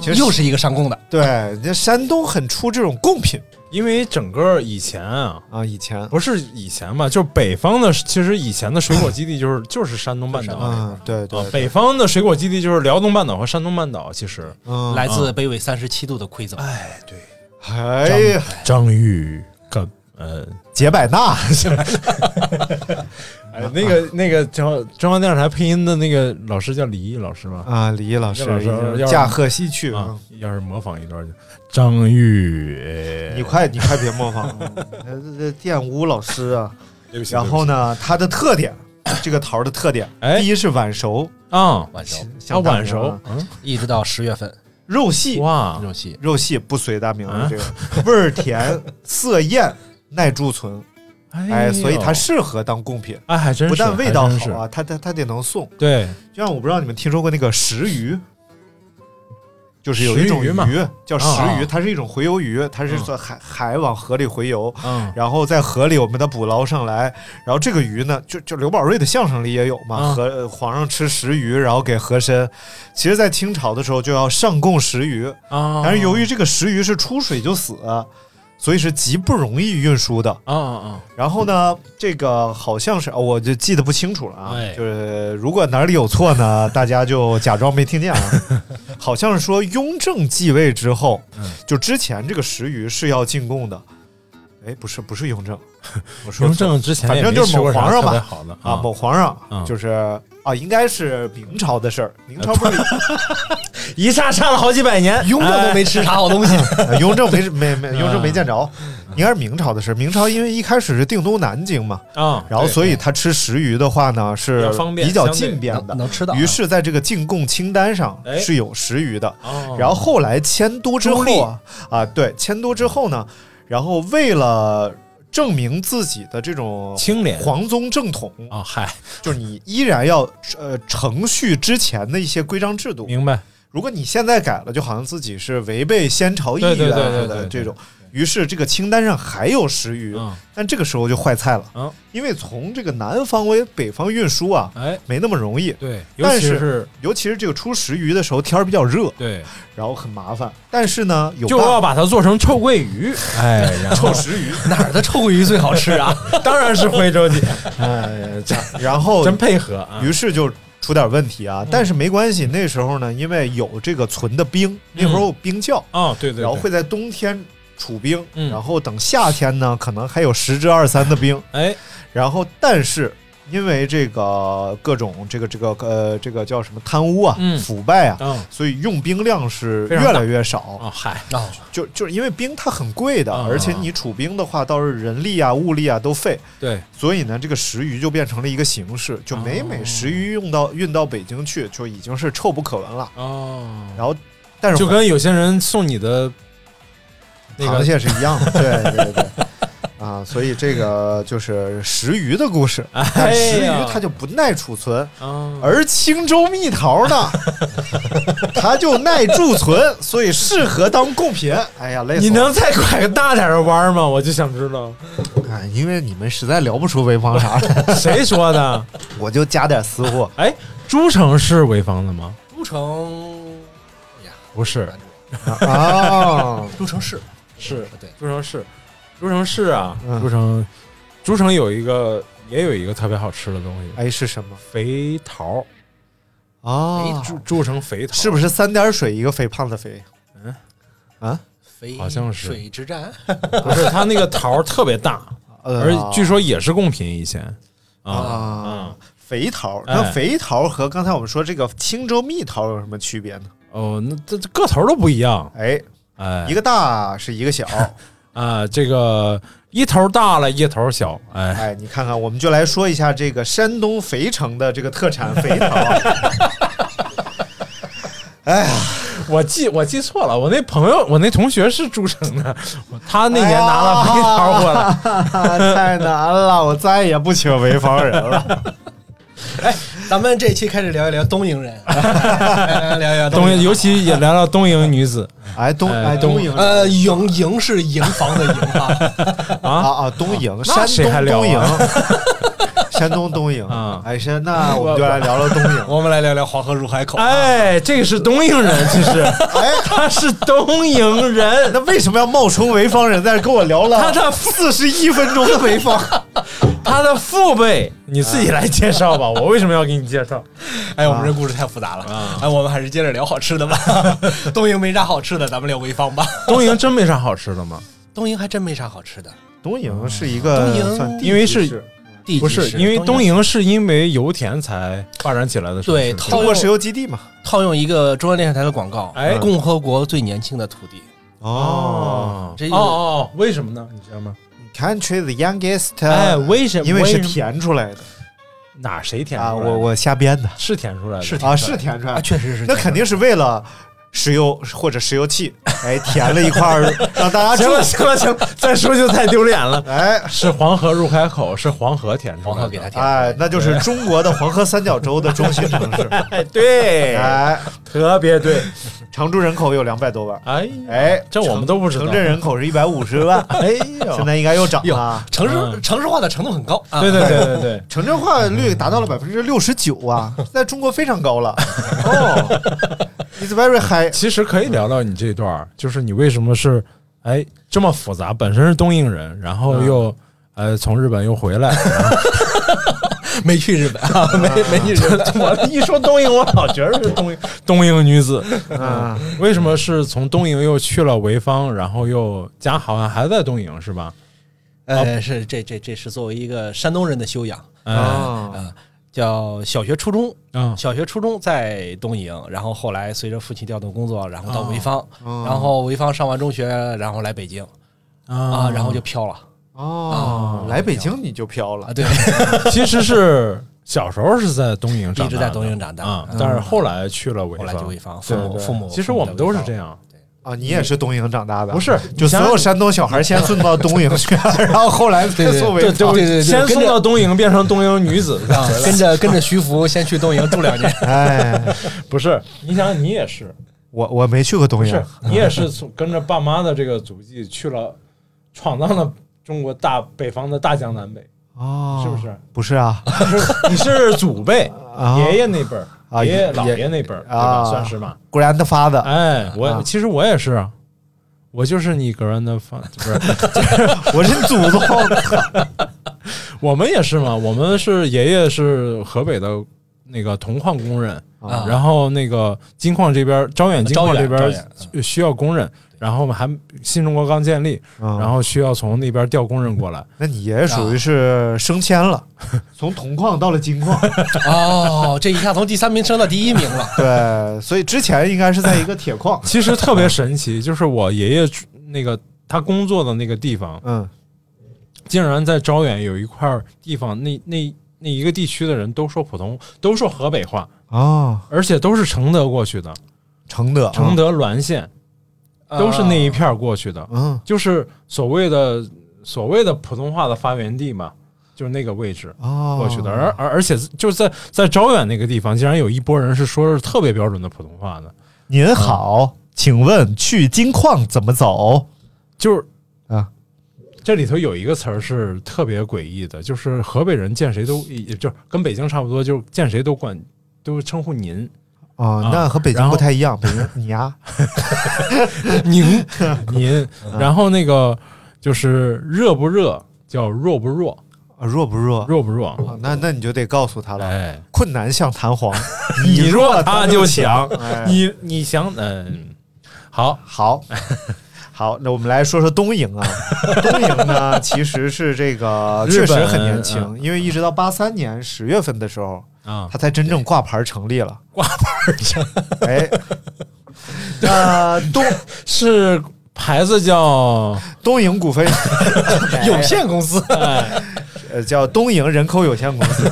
Speaker 1: 其实
Speaker 3: 又是一个上供的，
Speaker 1: 对，人家山东很出这种贡品
Speaker 2: 因为整个以前啊，
Speaker 1: 啊，以前。
Speaker 2: 不是以前吧，就是北方的，其实以前的水果基地就是就是山东半岛。
Speaker 1: 嗯，对
Speaker 2: 啊
Speaker 1: 对，，对
Speaker 2: 北方的水果基地就是辽东半岛和山东半岛。其实，
Speaker 1: 嗯，
Speaker 3: 来自北纬三十七度的馈赠。
Speaker 2: 哎，对，
Speaker 1: 哎呀，
Speaker 2: 张裕跟呃，
Speaker 1: 杰百纳，
Speaker 2: 哎，那个那个叫中央电视台配音的那个老师叫李毅老师吧？
Speaker 1: 啊，李毅老师
Speaker 2: 李毅老
Speaker 1: 已
Speaker 2: 师
Speaker 1: 经
Speaker 2: 要是
Speaker 1: 驾鹤西去
Speaker 2: 啊
Speaker 1: 啊！，
Speaker 2: 要是模仿一段就张哎裕，
Speaker 1: 你快，你快别模仿了，呃这这玷污老师啊！
Speaker 2: 对不起，
Speaker 1: 然后呢，它的特点，这个桃儿的特点，
Speaker 2: 哎
Speaker 1: 第一是晚熟，
Speaker 2: 啊，
Speaker 3: 晚上
Speaker 1: 像
Speaker 2: 晚
Speaker 1: 大明
Speaker 2: 熟
Speaker 1: 啊，
Speaker 2: 嗯，
Speaker 3: 一直到十月份，
Speaker 1: 肉细，
Speaker 2: 哇，
Speaker 3: 肉期
Speaker 1: 肉细不随大名了，
Speaker 2: 啊
Speaker 1: 这个味儿甜，色艳，耐贮存，哎，
Speaker 2: 呦
Speaker 1: 所以它适合当贡品，
Speaker 2: 哎，还真是
Speaker 1: 不但味道
Speaker 2: 还真
Speaker 1: 好
Speaker 2: 是
Speaker 1: 啊，它它它得能送。
Speaker 2: 对，
Speaker 1: 就像我不知道你们听说过那个石鱼，就是有一种
Speaker 2: 石
Speaker 1: 鱼
Speaker 2: 鱼嘛
Speaker 1: 叫石鱼，
Speaker 2: 啊
Speaker 1: 它是一种洄游鱼，它是在海、海往河里洄游，
Speaker 2: 嗯
Speaker 1: 然后在河里我们把它捕捞上来，然后这个鱼呢，就就刘宝瑞的相声里也有嘛，
Speaker 2: 啊
Speaker 1: 和呃皇上吃石鱼，然后给和珅。其实，在清朝的时候就要上供石鱼，
Speaker 2: 啊，
Speaker 1: 但是由于这个石鱼是出水就死。所以是极不容易运输的。
Speaker 2: 啊啊
Speaker 1: 然后呢，这个好像是，哦我就记得不清楚了啊。
Speaker 2: 哎
Speaker 1: 就是如果哪里有错呢， 大家就假装没听见啊。 好像是说雍正继位之后，
Speaker 2: 嗯
Speaker 1: 就之前这个石鱼是要进贡的。哎，不是，不是雍 正，我说
Speaker 2: 雍
Speaker 1: 错了
Speaker 2: 正之前
Speaker 1: 反正就是某皇上吧
Speaker 2: 吧，好的
Speaker 1: 啊，某皇上
Speaker 2: 嗯
Speaker 1: 就是啊，应该是明朝的事 儿。明朝不是
Speaker 2: 一下差了好几百年，
Speaker 3: 雍正都没吃啥好东西，
Speaker 1: 呃雍正没没
Speaker 2: 嗯
Speaker 1: 没雍正没见着，应该是明朝的事儿。明朝因为一开始是定都南京嘛，
Speaker 2: 啊，
Speaker 1: 然后所以他吃石鱼的话呢是
Speaker 2: 较方便
Speaker 1: 比较
Speaker 2: 相对
Speaker 1: 近便的
Speaker 3: 能，能吃到啊。
Speaker 1: 于是在这个进贡清单上
Speaker 2: 哎
Speaker 1: 是有石鱼的。
Speaker 2: 哦
Speaker 1: 然后后来迁都之
Speaker 2: 朱
Speaker 1: 后
Speaker 2: 棣
Speaker 1: 啊，啊对，迁都之后呢，然后为了证明自己的这种
Speaker 2: 清廉
Speaker 1: 皇宗正统，
Speaker 2: 啊，嗨，
Speaker 1: 就是你依然要呃程序之前的一些规章制度。
Speaker 2: 明白，
Speaker 1: 如果你现在改了，就好像自己是违背先朝意
Speaker 2: 对对
Speaker 1: 愿
Speaker 2: 对对对
Speaker 1: 的
Speaker 2: 对
Speaker 1: 这种
Speaker 2: 对。
Speaker 1: 于是这个清单上还有石鱼，
Speaker 2: 嗯，
Speaker 1: 但这个时候就坏菜了
Speaker 2: 嗯，
Speaker 1: 因为从这个南方为北方运输啊，
Speaker 2: 哎，
Speaker 1: 没那么容易。
Speaker 2: 对，尤
Speaker 1: 但
Speaker 2: 其
Speaker 1: 是
Speaker 2: 是
Speaker 1: 尤其是这个出石鱼的时候，天儿比较热，
Speaker 2: 对，
Speaker 1: 然后很麻烦。但是呢，有
Speaker 2: 就
Speaker 1: 办
Speaker 2: 要
Speaker 1: 法
Speaker 2: 把它做成臭鳜鱼，哎，然后
Speaker 1: 臭石鱼，
Speaker 3: 哪儿的臭鳜鱼最好 吃啊？
Speaker 2: 当然是徽州鸡，哎，这
Speaker 1: 然后
Speaker 2: 真配合啊，
Speaker 1: 于是就出点问题啊。但是没关系，那时候呢，因为有这个存的冰，那会儿有冰窖，
Speaker 2: 哦，嗯对对，
Speaker 1: 然后
Speaker 2: 对
Speaker 1: 会在冬天储冰，
Speaker 2: 嗯
Speaker 1: 然后等夏天呢，可能还有十之二三的冰。
Speaker 2: 哎，
Speaker 1: 然后，但是因为这个各种这个这个呃这个叫什么贪污啊、
Speaker 2: 嗯
Speaker 1: 腐败啊，
Speaker 2: 嗯，
Speaker 1: 所以用冰量是
Speaker 2: 非常大
Speaker 1: 越来越少。
Speaker 2: 哦，嗨，
Speaker 3: 哦
Speaker 1: 就就是因为冰它很贵的，
Speaker 2: 啊
Speaker 1: 而且你储冰的话，倒是人力啊、物力啊都费，
Speaker 2: 对，
Speaker 1: 所以呢，这个食鱼就变成了一个形式。就每每
Speaker 2: 哦
Speaker 1: 食鱼用到运到北京去，就已经是臭不可闻了。
Speaker 2: 哦，
Speaker 1: 然后，但是
Speaker 2: 就跟有些人送你的那
Speaker 1: 螃
Speaker 2: 个
Speaker 1: 蟹是一样的，对对对。啊，所以这个就是石鱼的故事。
Speaker 2: 哎
Speaker 1: 但石哎鱼它就不耐储存，
Speaker 2: 啊，
Speaker 1: 而青州蜜桃 呢，它就耐贮存，所以适合当贡品。哎呀，累死
Speaker 2: 你
Speaker 1: 我了！
Speaker 2: 能再拐个大点儿的弯儿 吗？我就想知道
Speaker 1: 哎，因为你们实在聊不出潍坊啥来，
Speaker 2: 谁说的？
Speaker 1: 我就加点私 货。
Speaker 2: 哎，诸城是潍坊的吗？
Speaker 3: 都城，哎呀，
Speaker 2: 不是，
Speaker 1: 啊，
Speaker 3: 都城市
Speaker 2: 是
Speaker 3: 对，
Speaker 2: 诸城是，诸城是啊，
Speaker 1: 嗯
Speaker 2: 诸城，诸城有一个也有一个特别好吃的东西，
Speaker 1: 哎是什么
Speaker 2: 肥桃，
Speaker 1: 啊？
Speaker 2: 诸诸城肥桃
Speaker 1: 是不是三点水一个肥胖的肥？
Speaker 2: 嗯
Speaker 1: 啊，
Speaker 3: 肥
Speaker 2: 好像是
Speaker 3: 水之战，
Speaker 2: 不是？它那个桃儿特 别大，
Speaker 1: 呃
Speaker 2: 而据说也是贡品以前啊，
Speaker 1: 啊
Speaker 2: 嗯，
Speaker 1: 肥桃，
Speaker 2: 哎
Speaker 1: 那肥桃和刚才我们说这个青州蜜桃有什么区别呢？
Speaker 2: 哦，那这这个头儿都不一样，
Speaker 1: 哎，
Speaker 2: 哎
Speaker 1: 一个大是一个 小，
Speaker 2: 啊，这个一头大了，一头小，哎，
Speaker 1: 哎，你看看，我们就来说一下这个山东肥城的这个特产肥 桃。哎呀，
Speaker 2: 我记我记错了，我那朋友，我那同学是诸城的，我他那年拿了肥桃回 来，
Speaker 1: 太难了，我再也不请潍坊人了。
Speaker 3: 咱们这期开始聊一聊东营 人，来聊一聊
Speaker 2: 东
Speaker 3: 营
Speaker 2: 营，尤其也聊聊东营女子
Speaker 1: 哎，东
Speaker 2: 哎
Speaker 1: 哎东
Speaker 2: 东
Speaker 1: 营
Speaker 3: 呃，营营是营房的营 啊，
Speaker 2: 啊，
Speaker 1: 啊啊，东营，
Speaker 2: 那
Speaker 1: 山
Speaker 2: 谁还
Speaker 1: 东
Speaker 2: 聊
Speaker 1: 东营
Speaker 2: 啊，
Speaker 1: 山东东营
Speaker 2: 啊
Speaker 1: 哎，是那我们就来聊聊东营。
Speaker 3: 我们来聊聊黄河入海口。
Speaker 2: 哎，这个是东营人，这是，他是东营人，
Speaker 1: 那为什么要冒充潍坊人在这跟我聊了
Speaker 2: 他的
Speaker 1: 四十一分钟的潍 坊？
Speaker 2: 他的父辈，你自己来介绍吧，我为什么要给你介绍？
Speaker 3: 哎，我们这故事太复杂了
Speaker 2: 啊，
Speaker 3: 哎，我们还是接着聊好吃 的吧。东营没啥好吃的，咱们聊潍坊吧。
Speaker 2: 东营真没啥好吃的吗？
Speaker 3: 东营还真没啥好吃的，
Speaker 1: 东营是一个
Speaker 3: 东营
Speaker 1: 算地
Speaker 2: 因为
Speaker 1: 级
Speaker 2: 是
Speaker 1: 市
Speaker 3: 地
Speaker 2: 不
Speaker 3: 级
Speaker 2: 是，
Speaker 3: 市
Speaker 2: 因为东
Speaker 3: 营
Speaker 2: 营是因为油田才发展起来的城市，
Speaker 3: 对
Speaker 2: 吧
Speaker 3: 掏
Speaker 1: 通过石油基地嘛。
Speaker 3: 套用一个中央电视台的广告，
Speaker 2: 哎
Speaker 3: 共和国最年轻的土地，
Speaker 2: 哦，
Speaker 3: 这
Speaker 2: 哦哦，为什么呢？你知道吗？
Speaker 1: ，Country the youngest，
Speaker 2: 哎，为什么？
Speaker 1: 因为是
Speaker 2: 什么
Speaker 1: 填出来的
Speaker 2: 哪谁填出
Speaker 1: 啊，
Speaker 2: 来的？
Speaker 1: 我我瞎编的
Speaker 2: 是填出来的，
Speaker 3: 是
Speaker 1: 啊，是填出来
Speaker 3: 啊，
Speaker 1: 的，
Speaker 3: 确实是。
Speaker 1: 那肯定是为了。石油或者石油气，哎，填了一块 儿让大家
Speaker 2: 行
Speaker 1: 住。
Speaker 2: 了行了行了，再说就太丢脸了。
Speaker 1: 哎
Speaker 2: 是黄河入海口，是黄河填出来的。
Speaker 3: 黄河给他填出来
Speaker 1: 哎，那就是中国的黄河三角洲的中心城市。
Speaker 2: 哎， 对，
Speaker 1: 哎，
Speaker 2: 特别对。
Speaker 1: 常住人口有两百多万。
Speaker 2: 哎，
Speaker 1: 哎，
Speaker 2: 这我们都不知道
Speaker 1: 城镇人口是一百五十万，
Speaker 2: 哎
Speaker 1: 现
Speaker 2: 呦，
Speaker 1: 在应该又涨啊了。
Speaker 3: 城市
Speaker 2: 嗯
Speaker 3: 城市化的程度很高啊。
Speaker 2: 对对对对对，
Speaker 1: 城镇化率达到了百分之六十九 啊，在中国非常高了。哦，It's very high。
Speaker 2: 其实可以聊聊你这段儿，就是你为什么是哎这么复杂？本身是东瀛人，然后又、呃从日本又回 来，
Speaker 3: 没去 日本啊，没没去日本。
Speaker 2: 我一说东瀛，我老觉得是东瀛东瀛女子。
Speaker 1: 嗯，
Speaker 2: 为什么是从东瀛又去了潍坊，然后又家好像还在东瀛是吧？
Speaker 3: 呃，是这这这是作为一个山东人的修养
Speaker 2: 哎、
Speaker 1: 哦
Speaker 3: 啊，叫小学初中
Speaker 2: 嗯
Speaker 3: 小学、初中在东营，然后后来随着父亲调动工作，然后到
Speaker 2: 哦
Speaker 3: 潍坊，
Speaker 1: 哦
Speaker 3: 然后潍坊上完中学，然后来北京啊，然后就飘了
Speaker 1: 哦，来北京你就飘了
Speaker 2: 哦
Speaker 3: 啊。对，
Speaker 2: 其实是小时候是在东瀛长大的，
Speaker 3: 一直在东瀛长大
Speaker 2: 啊、
Speaker 3: 嗯
Speaker 2: 但是后来去了潍
Speaker 3: 后来就
Speaker 2: 坊
Speaker 3: 潍。坊，父母
Speaker 1: 对对
Speaker 3: 父母。
Speaker 2: 其实我们都是这
Speaker 3: 样，
Speaker 2: 样，
Speaker 1: 啊！你也是东营长大的，
Speaker 2: 不是
Speaker 1: 就所有山东小孩先送到东 营去，然后后来再送
Speaker 3: 对
Speaker 1: 潍
Speaker 3: 对
Speaker 1: 坊。
Speaker 3: 对对，
Speaker 2: 先
Speaker 3: 跟
Speaker 2: 送
Speaker 3: 着
Speaker 2: 到东营变成东营女子，
Speaker 3: 啊，跟着跟着徐福先去东营住两年，
Speaker 1: 哎，
Speaker 2: 不是？你想，你也是，
Speaker 1: 我我没去过东
Speaker 2: 不
Speaker 1: 营
Speaker 2: 是，你也是从跟着爸妈的这个足迹去了，闯荡了中国大北方的大江 南北，
Speaker 1: 哦，
Speaker 2: 是不？是？
Speaker 1: 不是啊，
Speaker 2: 不是，你是祖辈
Speaker 1: 啊
Speaker 2: 爷爷那辈儿，
Speaker 1: 啊
Speaker 2: 爷爷
Speaker 1: 爷
Speaker 2: 姥爷那辈儿，对
Speaker 1: 啊
Speaker 2: 吧？算是吧。
Speaker 1: grandfather，
Speaker 2: 哎，
Speaker 1: 啊
Speaker 2: 我其实我也是啊，我就是你 grandfather，不是？
Speaker 1: 我是你祖 宗。
Speaker 2: 我们也是嘛，我们是爷爷是河北的那个铜矿工人，
Speaker 3: 啊
Speaker 2: 然后那个金矿这边招远金矿这
Speaker 3: 招远
Speaker 2: 边
Speaker 3: 招
Speaker 2: 需需要工人，然后我们还新中国刚建立，然
Speaker 1: 然
Speaker 2: 后需要从那边调工人过来。。
Speaker 1: 嗯那你爷爷属于是升迁了，啊从铜矿到了金矿。
Speaker 3: 哦，这一下从第三名升到第一名 了。
Speaker 1: 对，所以之前应该是在一个铁矿
Speaker 2: 其实特别神奇，就是我爷爷住那个他工作的那个地方，
Speaker 1: 嗯，
Speaker 2: 竟然在招远有一块地方，那那那一个地区的人都说普通，都说河北话，
Speaker 1: 哦，
Speaker 2: 而且都是承德过去的，
Speaker 1: 承德，
Speaker 2: 承，
Speaker 3: 啊
Speaker 2: 德滦县都是那一片儿过去的。
Speaker 1: 嗯
Speaker 2: 就是所谓的所谓的普通话的发源地嘛，就是那个位置
Speaker 1: 哦，
Speaker 2: 过去的。而而而且就是在在招远那个地方，竟然有一波人是说是特别标准的普通话的，
Speaker 1: 您好，请问去金矿怎么走？
Speaker 2: 就是
Speaker 1: 啊，
Speaker 2: 这里头有一个词儿是特别诡异的，就是河北人见谁都，也就是跟北京差不多，就是见谁都管都称呼您
Speaker 1: 啊，那和北
Speaker 2: 然
Speaker 1: 京
Speaker 2: 后
Speaker 1: 不太一样，北京你呀，
Speaker 2: 您您，然后那个就是热不热叫弱不弱，
Speaker 1: 啊弱不弱？
Speaker 2: 弱不弱，
Speaker 1: 啊那那你就得告诉他了，
Speaker 2: 哎，，
Speaker 1: 困难像弹簧你
Speaker 2: 你弱他就强，
Speaker 1: 哎
Speaker 2: 你你想嗯，好，
Speaker 1: 好， 好，那我们来说说东营啊。东营呢，其实是这个
Speaker 2: 日
Speaker 1: 确
Speaker 2: 本
Speaker 1: 实很年轻
Speaker 2: 嗯，
Speaker 1: 因为一直到八三年十月份的时候，
Speaker 2: 啊，
Speaker 1: 它才真正挂牌成立了。挂牌成， 哎，那东
Speaker 2: 是牌子叫
Speaker 1: 东营股份
Speaker 3: 有限公司
Speaker 1: 呃叫东营人口有限公司。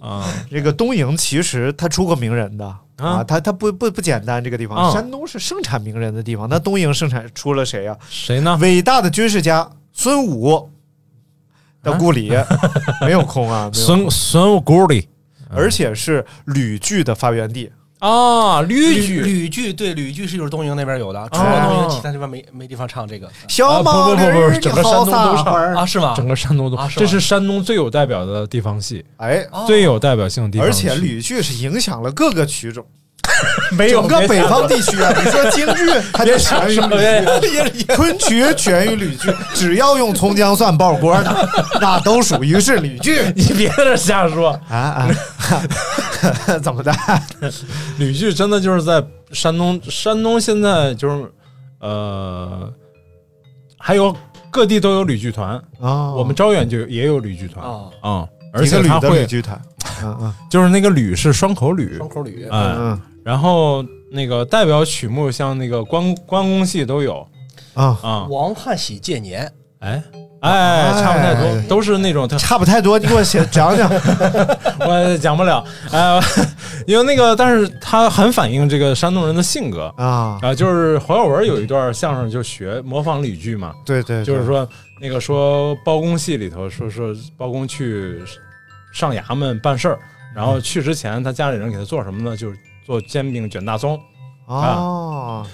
Speaker 2: 啊
Speaker 1: 这个东营其实它出过名人的。
Speaker 2: 啊
Speaker 1: 啊，它它不不不简单，这个地
Speaker 2: 啊
Speaker 1: 方，山东是盛产名人的地方。那东营盛产出了谁啊呀、
Speaker 2: 谁呢？
Speaker 1: 伟大的军事家孙武的故 里、没有空啊，没有空
Speaker 2: 啊孙孙古里
Speaker 1: 而且是吕剧的发源地。
Speaker 2: 啊，绿
Speaker 3: 吕
Speaker 2: 举
Speaker 3: 吕剧对吕剧是就是东营那边有的，除了东
Speaker 2: 哦
Speaker 3: 营，其他地方没没地方唱这个
Speaker 1: 小毛驴
Speaker 2: 不不不不
Speaker 1: 儿，
Speaker 2: 整
Speaker 1: 你
Speaker 2: 个山
Speaker 1: 好
Speaker 2: 东都
Speaker 1: 撒欢儿
Speaker 3: 啊，是吗？
Speaker 2: 整个山东都
Speaker 3: 啊，是吗
Speaker 2: 这是山东最有代表的地方戏，
Speaker 1: 哎，
Speaker 3: 哦
Speaker 2: 最有代表性的地方
Speaker 1: 而
Speaker 2: 戏。
Speaker 1: 且吕剧是影响了各个曲种，
Speaker 2: 没有
Speaker 1: 整个
Speaker 2: 没
Speaker 1: 北 方哎地区啊。你说京剧，它就全 于吕剧；昆曲全于吕剧。只要用葱姜蒜爆锅的， 那都属于是吕剧
Speaker 2: 你别在这瞎说，
Speaker 1: 啊啊！ 怎么的？
Speaker 2: 吕剧真的就是在山东，山东现在就是呃，还有各地都有吕剧团，
Speaker 1: 哦
Speaker 2: 我们招远就也有吕剧团啊、
Speaker 3: 啊，
Speaker 2: 嗯而
Speaker 1: 一个
Speaker 2: 且
Speaker 1: 吕
Speaker 2: 他
Speaker 1: 的吕
Speaker 2: 会
Speaker 1: 剧团，嗯嗯
Speaker 2: 就是那个吕是双口吕
Speaker 3: 双，口吕
Speaker 2: 哎、
Speaker 1: 嗯嗯
Speaker 2: 然后那个代表曲目像那个关关公戏都有
Speaker 1: 啊，
Speaker 2: 啊、
Speaker 3: 王汉喜借年，
Speaker 2: 哎哎，差不太多，都是那 种特
Speaker 1: 差不太多，你给我写讲 讲。
Speaker 2: 我讲不了，呃，因为那个，但是它很反映这个山东人的性格
Speaker 1: 啊
Speaker 2: 啊、，就是侯耀文有一段相声就学模仿吕剧嘛，
Speaker 1: 对对，对
Speaker 2: 就是说那个说包公戏里头说说包公去上衙门办事儿，然
Speaker 1: 嗯
Speaker 2: 后去之前他家里人给他做什么呢？就是做煎饼卷大葱。
Speaker 1: 哦，
Speaker 2: 啊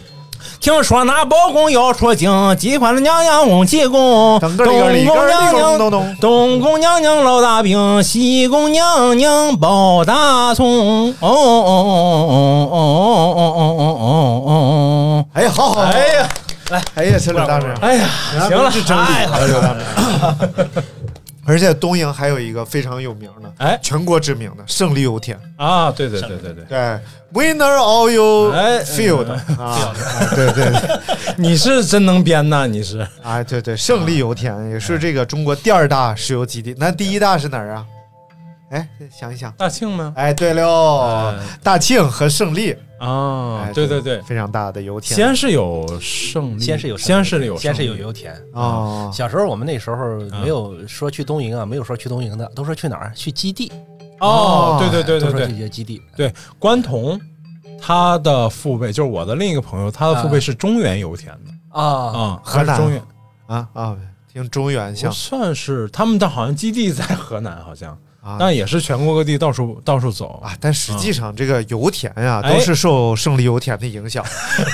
Speaker 2: 听说那包公要出京，急唤了娘娘洪七公，
Speaker 1: 整个里个里个里咚咚咚，
Speaker 2: 东宫娘娘烙大饼，西宫娘娘包大葱。哦哦哦哦哦哦哦哦哦！
Speaker 1: 哎，好好，
Speaker 2: 哎呀，
Speaker 1: 哎呀，是刘大明，
Speaker 2: 哎呀，行了，
Speaker 1: 是真理，刘大明。而且东营还有一个非常有名的，
Speaker 2: 哎
Speaker 1: 全国知名的胜利油田，
Speaker 2: 啊，对对对对对，
Speaker 1: 对，Winner all you
Speaker 2: 哎
Speaker 1: field 啊，哎对对对，
Speaker 2: 你是真能编呐，你是
Speaker 1: 哎对对，胜利油田也是这个中国第二大石油基地，那第一大是哪儿啊？哎，想一想，
Speaker 2: 大庆吗？
Speaker 1: 哎，对喽，大庆和胜利，
Speaker 2: 啊
Speaker 1: 哎，
Speaker 2: 哎对对对，
Speaker 1: 非常大的油田，
Speaker 2: 先是有胜利，
Speaker 3: 先是有
Speaker 2: 嗯先是有，啊
Speaker 3: 先是有油田。
Speaker 1: 哦，
Speaker 3: 小时候我们那时候没有说去东营啊，没有说去东营的，都说去哪儿？去基地，
Speaker 2: 哦，对对对
Speaker 3: 都
Speaker 2: 对
Speaker 3: 说
Speaker 2: 对
Speaker 3: 去，些基地。
Speaker 2: 对，关彤他的父辈就是我的另一个朋友，他的父辈是中原油田的
Speaker 3: 啊，
Speaker 2: 啊，
Speaker 1: 河南
Speaker 2: 他是中原
Speaker 1: 啊啊，听中原
Speaker 2: 不
Speaker 1: 像
Speaker 2: 算是他们的，好像基地在河南，好像，
Speaker 1: 啊
Speaker 2: 但也是全国各地到处到处走。
Speaker 1: 啊，但实际上这个油田呀、
Speaker 2: 哎
Speaker 1: 都是受胜利油田的影响。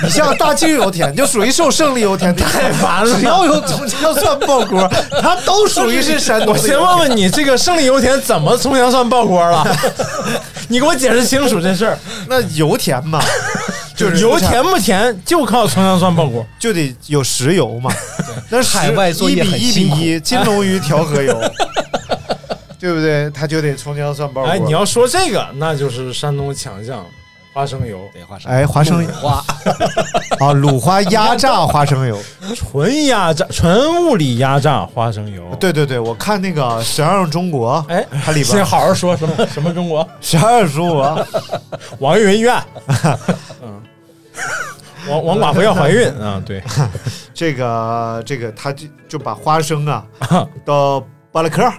Speaker 1: 你像大庆油田就属于受胜利油田的影响，太
Speaker 2: 烦了
Speaker 1: 只要有 葱姜蒜爆锅，它都属于是山东
Speaker 2: 我
Speaker 1: 的油
Speaker 2: 先
Speaker 1: 田。
Speaker 2: 问问你，这个胜利油田怎么葱姜蒜爆 锅了？你给我解释清楚这事儿。
Speaker 1: 那油田嘛，就是
Speaker 2: 油田不甜，就靠葱姜蒜爆锅。
Speaker 1: 就得有石油嘛。那石
Speaker 3: 海外作业
Speaker 1: 一
Speaker 3: 很
Speaker 1: 比一
Speaker 3: 辛苦
Speaker 1: 比一，金龙鱼调和油， 对不对？它就得葱姜蒜爆锅。
Speaker 2: 哎，你要说这个，那就是山东强项花生油，
Speaker 3: 对，花生，
Speaker 1: 哎花生油
Speaker 3: 花，
Speaker 1: 啊，鲁花压榨花生油。
Speaker 2: 纯压榨、纯物理压榨花生油。
Speaker 1: 对对对，我看那个《十二种中国》，
Speaker 2: 哎，
Speaker 1: 它里边
Speaker 2: 先好好说什 么什么中国
Speaker 1: 十二叔我
Speaker 2: 王 云愿，嗯，王王寡妇要怀孕啊，对，
Speaker 1: 这个这个，他就就把花生啊到巴拉克儿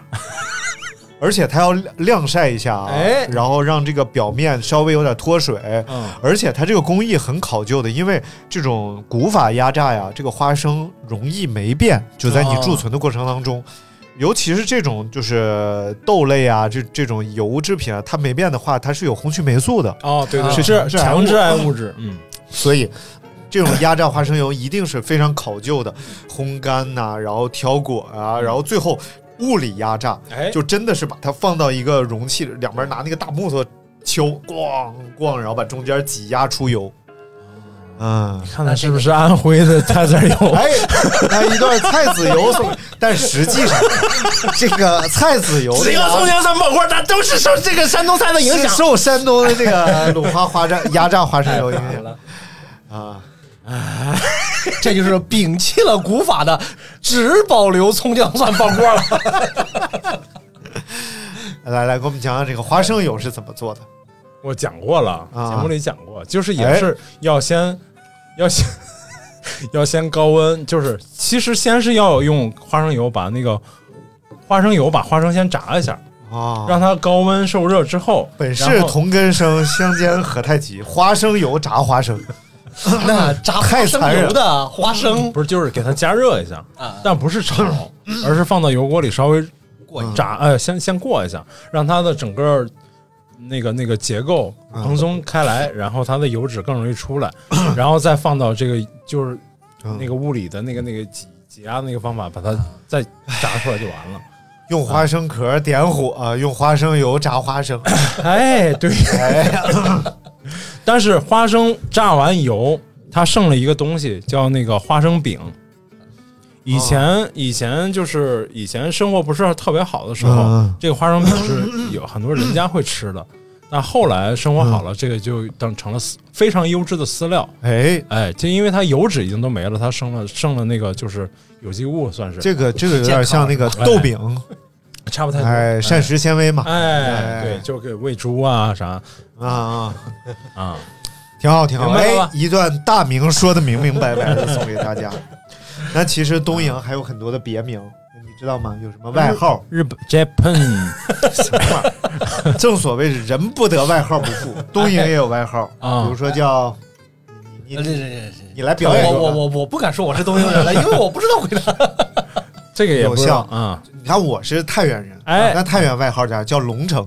Speaker 1: 而且它要晾晾晒一下啊，
Speaker 2: 哎
Speaker 1: 然后让这个表面稍微有点脱水。
Speaker 2: 嗯，
Speaker 1: 而且它这个工艺很考究的，因为这种古法压榨呀，这个花生容易霉变，就在你
Speaker 3: 哦
Speaker 1: 贮存的过程当中。尤其是这种就是豆类啊，这这种油制品啊，它霉变的话，它是有红曲霉素的，
Speaker 2: 哦，对对
Speaker 1: 是
Speaker 2: 是
Speaker 1: 是
Speaker 2: 强致癌物质，嗯，
Speaker 1: 所以这种压榨花生油一定是非常考究的，烘干呐、然后挑果啊，然后最后物理压榨，
Speaker 2: 哎，
Speaker 1: 就真的是把它放到一个容器里，两边拿那个大木头敲，咣咣，然后把中间挤压出油。嗯，
Speaker 2: 看看是不是安徽的在这儿有，
Speaker 1: 哎，那一段菜籽油送， 但实际上这个菜籽油
Speaker 2: 只
Speaker 1: 这
Speaker 2: 要
Speaker 1: 个
Speaker 2: 葱姜蒜爆锅，它都是受这个山东菜的影
Speaker 1: 是
Speaker 2: 响。
Speaker 1: 受山东的这个鲁花花榨压榨花生油影响
Speaker 3: 了，
Speaker 1: 啊。
Speaker 3: 这就是摒弃了古法的，只保留葱姜蒜爆 锅了。
Speaker 1: 来来，给我们讲讲这个花生油是怎么做的。
Speaker 2: 我讲过了，
Speaker 1: 啊
Speaker 2: 节目里讲过，就是也是要先要先要先高温，就是其实先是要用花生油把那个花生油把花生先炸一下，
Speaker 1: 哦，
Speaker 2: 让它高温受热之后，
Speaker 1: 本是
Speaker 2: 然后
Speaker 1: 同根生，相煎何太急。花生油炸花生，
Speaker 3: 那炸花
Speaker 1: 太
Speaker 3: 生
Speaker 1: 残忍
Speaker 3: 油的花生
Speaker 2: 不是就是给它加热一下，
Speaker 3: 啊，
Speaker 2: 但不是炒，而是放到油锅里稍微
Speaker 3: 过瘾。
Speaker 2: 炸，呃，先先过一下，让它的整个那个那个结构
Speaker 1: 嗯
Speaker 2: 蓬松开来，然后它的油脂更容易出来，然后再放到这个就是
Speaker 1: 嗯
Speaker 2: 那个物理的那个那个挤挤压那个方法，把
Speaker 3: 啊
Speaker 2: 它再炸出来就完了。
Speaker 1: 用花生壳点火、啊 用花生油炸花生。
Speaker 2: 哎，对，
Speaker 1: 哎，
Speaker 2: 但是花生炸完油，它剩了一个东西，叫那个花生饼。以前、以前就是以前生活不是特别好的时候，
Speaker 1: 嗯
Speaker 2: 这个花生饼是有很多人家会吃的。但后来生活
Speaker 1: 嗯
Speaker 2: 好了，这个就当成了饲非常优质的饲料。
Speaker 1: 哎，
Speaker 2: 哎，就因为它油脂已经都没了，它剩了剩了那个就是有机物，算是
Speaker 1: 这个这个有点像那个豆饼，
Speaker 2: 差不太多。
Speaker 1: 哎，膳食纤维嘛。
Speaker 2: 哎，
Speaker 1: 哎
Speaker 2: 对，就给喂猪啊啥
Speaker 1: 啊啊，
Speaker 2: 啊，
Speaker 1: 挺好挺好。
Speaker 2: 明白
Speaker 1: 哎
Speaker 2: 了吧，
Speaker 1: 一段大明说的明明白白的送给大家。那其实东营还有很多的别名，你知道吗？有什么外 号？
Speaker 2: 日本 Japan
Speaker 1: 什么玩意儿正所谓是人不得外号不富，东营也有外号，
Speaker 2: 啊
Speaker 1: 比如说叫你
Speaker 3: 呃这
Speaker 1: 你
Speaker 3: 这
Speaker 1: 你
Speaker 3: 这
Speaker 1: 你来
Speaker 3: 这，
Speaker 1: 表演一
Speaker 3: 我
Speaker 1: 个吧
Speaker 3: 我我我不敢说我是东营人了，因为我不知道回 答。
Speaker 2: 这个也不知道
Speaker 1: 有
Speaker 2: 啊。
Speaker 1: 你看我是太原人，啊
Speaker 2: 哎
Speaker 1: 那太原外号叫叫龙城，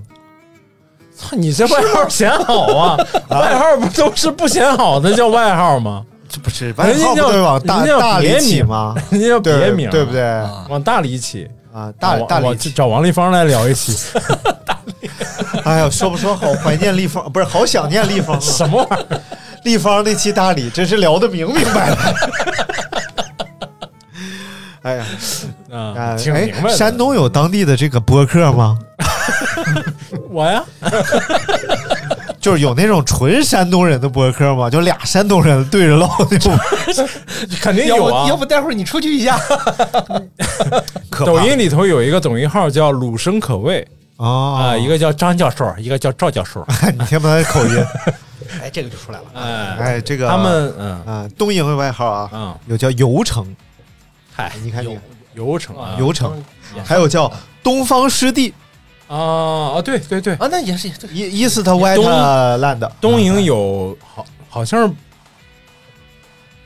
Speaker 2: 操，你这外号显好啊？外号不都是不显好的叫外号吗？
Speaker 1: 这不是外
Speaker 2: 人家
Speaker 1: 号不
Speaker 2: 叫
Speaker 1: 都是往大
Speaker 2: 人家叫
Speaker 1: 大
Speaker 2: 别
Speaker 1: 里起
Speaker 2: 名
Speaker 1: 吗？
Speaker 2: 人家叫别
Speaker 1: 对
Speaker 2: 名，
Speaker 1: 对不？对？
Speaker 3: 啊
Speaker 2: 往大里起，
Speaker 1: 啊，大
Speaker 2: 我
Speaker 1: 大
Speaker 2: 我
Speaker 1: 理
Speaker 2: 去
Speaker 1: 起，
Speaker 2: 找王立芳来聊一期，
Speaker 1: 哎呀，说不说好怀念立方，不是好想念立方啊！
Speaker 2: 什么玩意儿？
Speaker 1: 立方那期大理真是聊的明明白白。哎呀，
Speaker 2: 啊，
Speaker 1: 啊
Speaker 2: 挺明白
Speaker 1: 哎，
Speaker 2: 的。
Speaker 1: 山东有当地的这个播客吗？
Speaker 2: 我呀，
Speaker 1: 就是有那种纯山东人的播客吗？就俩山东人对着唠那种，
Speaker 2: 肯
Speaker 1: 哎
Speaker 2: 定
Speaker 3: 要
Speaker 2: 有
Speaker 3: 不
Speaker 2: 啊
Speaker 3: 要。不待会儿你出去一下，
Speaker 1: 可怕
Speaker 2: 抖音里头有一个抖音号叫“鲁生可畏”啊、
Speaker 1: 啊，
Speaker 2: 一个叫张教授，一个叫赵教授。
Speaker 1: 看 你听不到他口音。
Speaker 3: 哎，这个就出来了。
Speaker 2: 哎，
Speaker 1: 哎，这个
Speaker 2: 他们嗯
Speaker 1: 啊，东营的外号啊，
Speaker 2: 嗯，
Speaker 1: 有叫游城，
Speaker 2: 嗨，
Speaker 1: 你看你看
Speaker 2: 游程啊，
Speaker 1: 游城，还有叫东方湿地，
Speaker 2: 啊啊，对对对，
Speaker 3: 啊，那也是 对，
Speaker 1: 伊伊斯特歪
Speaker 2: 东
Speaker 1: 特烂的啊
Speaker 2: 东营有好好像是，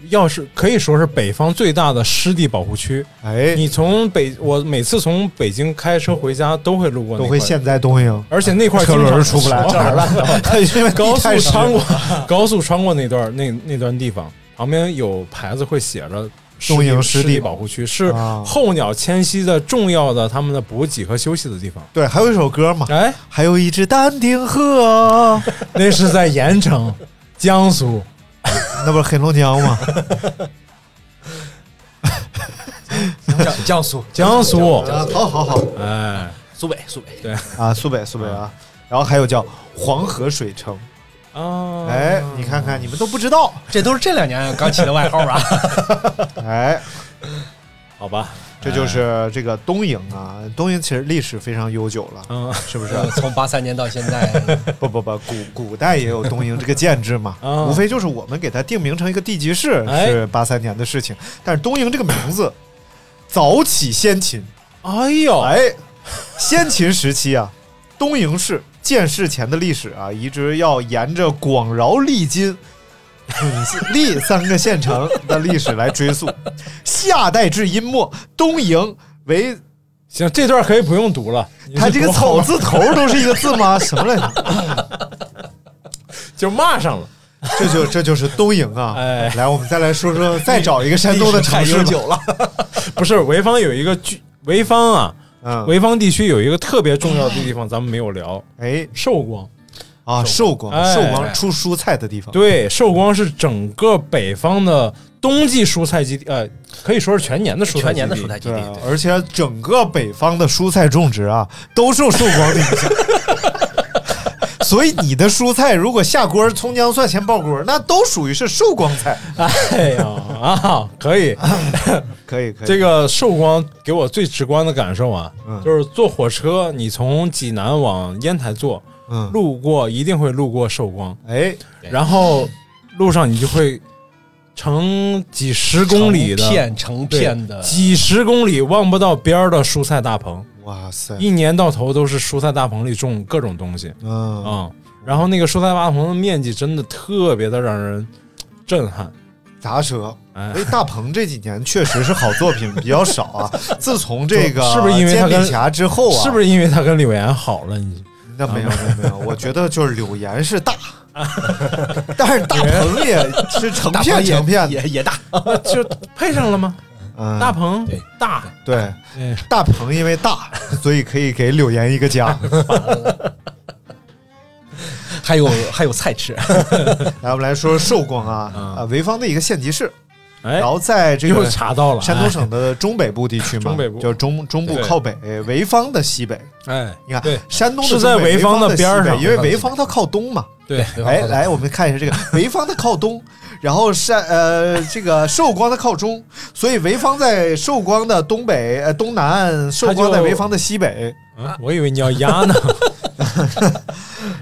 Speaker 2: 要是可以说是北方最大的湿地保护区。
Speaker 1: 哎，
Speaker 2: 你从北，我每次从北京开车回家都会路过那块，
Speaker 1: 都会陷在东营，
Speaker 2: 而且那块
Speaker 1: 车
Speaker 2: 经常
Speaker 1: 轮出不来，
Speaker 2: 什么玩意儿
Speaker 1: 它因 为地
Speaker 2: 高速
Speaker 1: 太湿
Speaker 2: 穿过，高速穿过那段那那段地方，旁边有牌子会写着湿地
Speaker 1: 中营湿
Speaker 2: 湿
Speaker 1: 地
Speaker 2: 地保护区，是
Speaker 1: 啊
Speaker 2: 候鸟迁徙的重要的它们的补给和休息的地方。
Speaker 1: 对，还有一首歌 嘛，
Speaker 2: 哎，
Speaker 1: 还有一只丹顶 鹤，
Speaker 2: 那是在盐城，江苏。
Speaker 1: 那不是黑龙江 吗？
Speaker 3: 江江苏、
Speaker 2: 江苏，
Speaker 1: 啊，好好好
Speaker 2: 哎，
Speaker 3: 苏北、苏北，
Speaker 1: 啊，苏北苏北啊，然后还有叫黄河水城，
Speaker 2: 啊，
Speaker 1: 哎，你看看你们都不知道，
Speaker 3: 这都是这两年刚起的外号啊 吧？
Speaker 1: 哎，
Speaker 2: 好吧，
Speaker 1: 这就是这个东营啊，东营其实历史非常悠久了，
Speaker 2: 嗯
Speaker 1: 啊是不是？
Speaker 3: 是从八三年到现 在，
Speaker 1: 不不不，古古代也有东营这个建制嘛，
Speaker 2: 啊
Speaker 1: 无非就是我们给它定名成一个地级市，
Speaker 2: 哎
Speaker 1: 是八三年的事情。但是东营这个名字早起先秦，
Speaker 2: 哎呦，
Speaker 1: 哎，先秦时期啊，东营市建市前的历史啊，一直要沿着广饶、利津、剽 利三个县城的历史来追溯。夏代至殷末，东营为
Speaker 2: 行，这段可以不用读了。
Speaker 1: 它这个草字头都是一个字吗？ 什么来着？
Speaker 2: 就骂上了，
Speaker 1: 这就这就是东营啊！
Speaker 2: 哎
Speaker 1: 来，我们再来说说，再找一个山东的城市吧
Speaker 2: 历史太悠 久
Speaker 1: 了。
Speaker 2: 不是潍坊有一个巨潍坊啊，
Speaker 1: 嗯，
Speaker 2: 潍坊地区有一个特别重要的地方，咱们没有聊，
Speaker 1: 哎
Speaker 2: 寿光。
Speaker 1: 啊，寿光，
Speaker 2: 哎
Speaker 1: 寿光出蔬菜的地方。
Speaker 2: 对，寿光是整个北方的冬季蔬菜基地，呃，可以说是全年的蔬
Speaker 3: 全
Speaker 2: 菜基地
Speaker 3: 年的蔬菜基
Speaker 1: 对
Speaker 3: 地
Speaker 1: 啊，，而且整个北方的蔬菜种植啊，都受寿光的影 响。所以你的蔬菜如果下锅，葱姜蒜先爆锅，那都属于是寿光菜。
Speaker 2: 哎呀啊，可以。
Speaker 1: 哎可以，可以。
Speaker 2: 这个寿光给我最直观的感受啊，
Speaker 1: 嗯
Speaker 2: 就是坐火车，你从济南往烟台坐，
Speaker 1: 嗯，
Speaker 2: 路过一定会路过寿光，
Speaker 1: 哎，
Speaker 3: 对
Speaker 2: 然后路上你就会成几十公里的
Speaker 3: 成片成
Speaker 2: 对
Speaker 3: 片的，
Speaker 2: 几十公里望不到边儿的蔬菜大棚，
Speaker 1: 哇塞，
Speaker 2: 一年到头都是蔬菜大棚里种各种东西
Speaker 1: 嗯，
Speaker 2: 啊、然后那个蔬菜大棚的面积真的特别的让人震撼，
Speaker 1: 砸舌。
Speaker 2: 哎
Speaker 1: 所，以大鹏这几年确实是好作品比较少啊。自从这个
Speaker 2: 是不是因为他
Speaker 1: 煎
Speaker 2: 跟
Speaker 1: 饼侠之后啊，
Speaker 2: 是不
Speaker 1: 是？
Speaker 2: 是因为他跟柳岩好了？ 你
Speaker 1: 那没有没有没有，我觉得就是柳岩是 大，但是大鹏也是成
Speaker 3: 大
Speaker 1: 片
Speaker 3: 棚也
Speaker 1: 成片的。
Speaker 3: 也也大，
Speaker 2: 那就配上了吗？
Speaker 1: 嗯，
Speaker 2: 大鹏
Speaker 3: 对
Speaker 2: 大，
Speaker 1: 对
Speaker 2: 嗯，
Speaker 1: 大鹏因为大，所以可以给柳岩一个 家。
Speaker 3: 还有还有菜吃，
Speaker 1: 来，我们来说寿光啊
Speaker 2: 嗯，
Speaker 1: 啊，潍坊的一个县级市，
Speaker 2: 哎
Speaker 1: 然，后在这
Speaker 2: 又
Speaker 1: 个
Speaker 2: 查到了
Speaker 1: 山东，省的中北部地区嘛，
Speaker 2: 中北部
Speaker 1: 就是中中部
Speaker 2: 对
Speaker 1: 靠北，潍坊的西北。
Speaker 2: 哎，
Speaker 1: 你看
Speaker 2: 对，
Speaker 1: 山东的
Speaker 2: 是在
Speaker 1: 中北
Speaker 2: 潍坊的边儿上
Speaker 1: 西北因为潍坊它靠东嘛。
Speaker 2: 对，
Speaker 1: 哎，来，我们看一下这个潍坊它靠东，然后山呃这个寿光它靠中，所以潍坊在寿光的东北呃东南，寿光在潍坊的西北，
Speaker 2: 嗯我以为你要 压呢，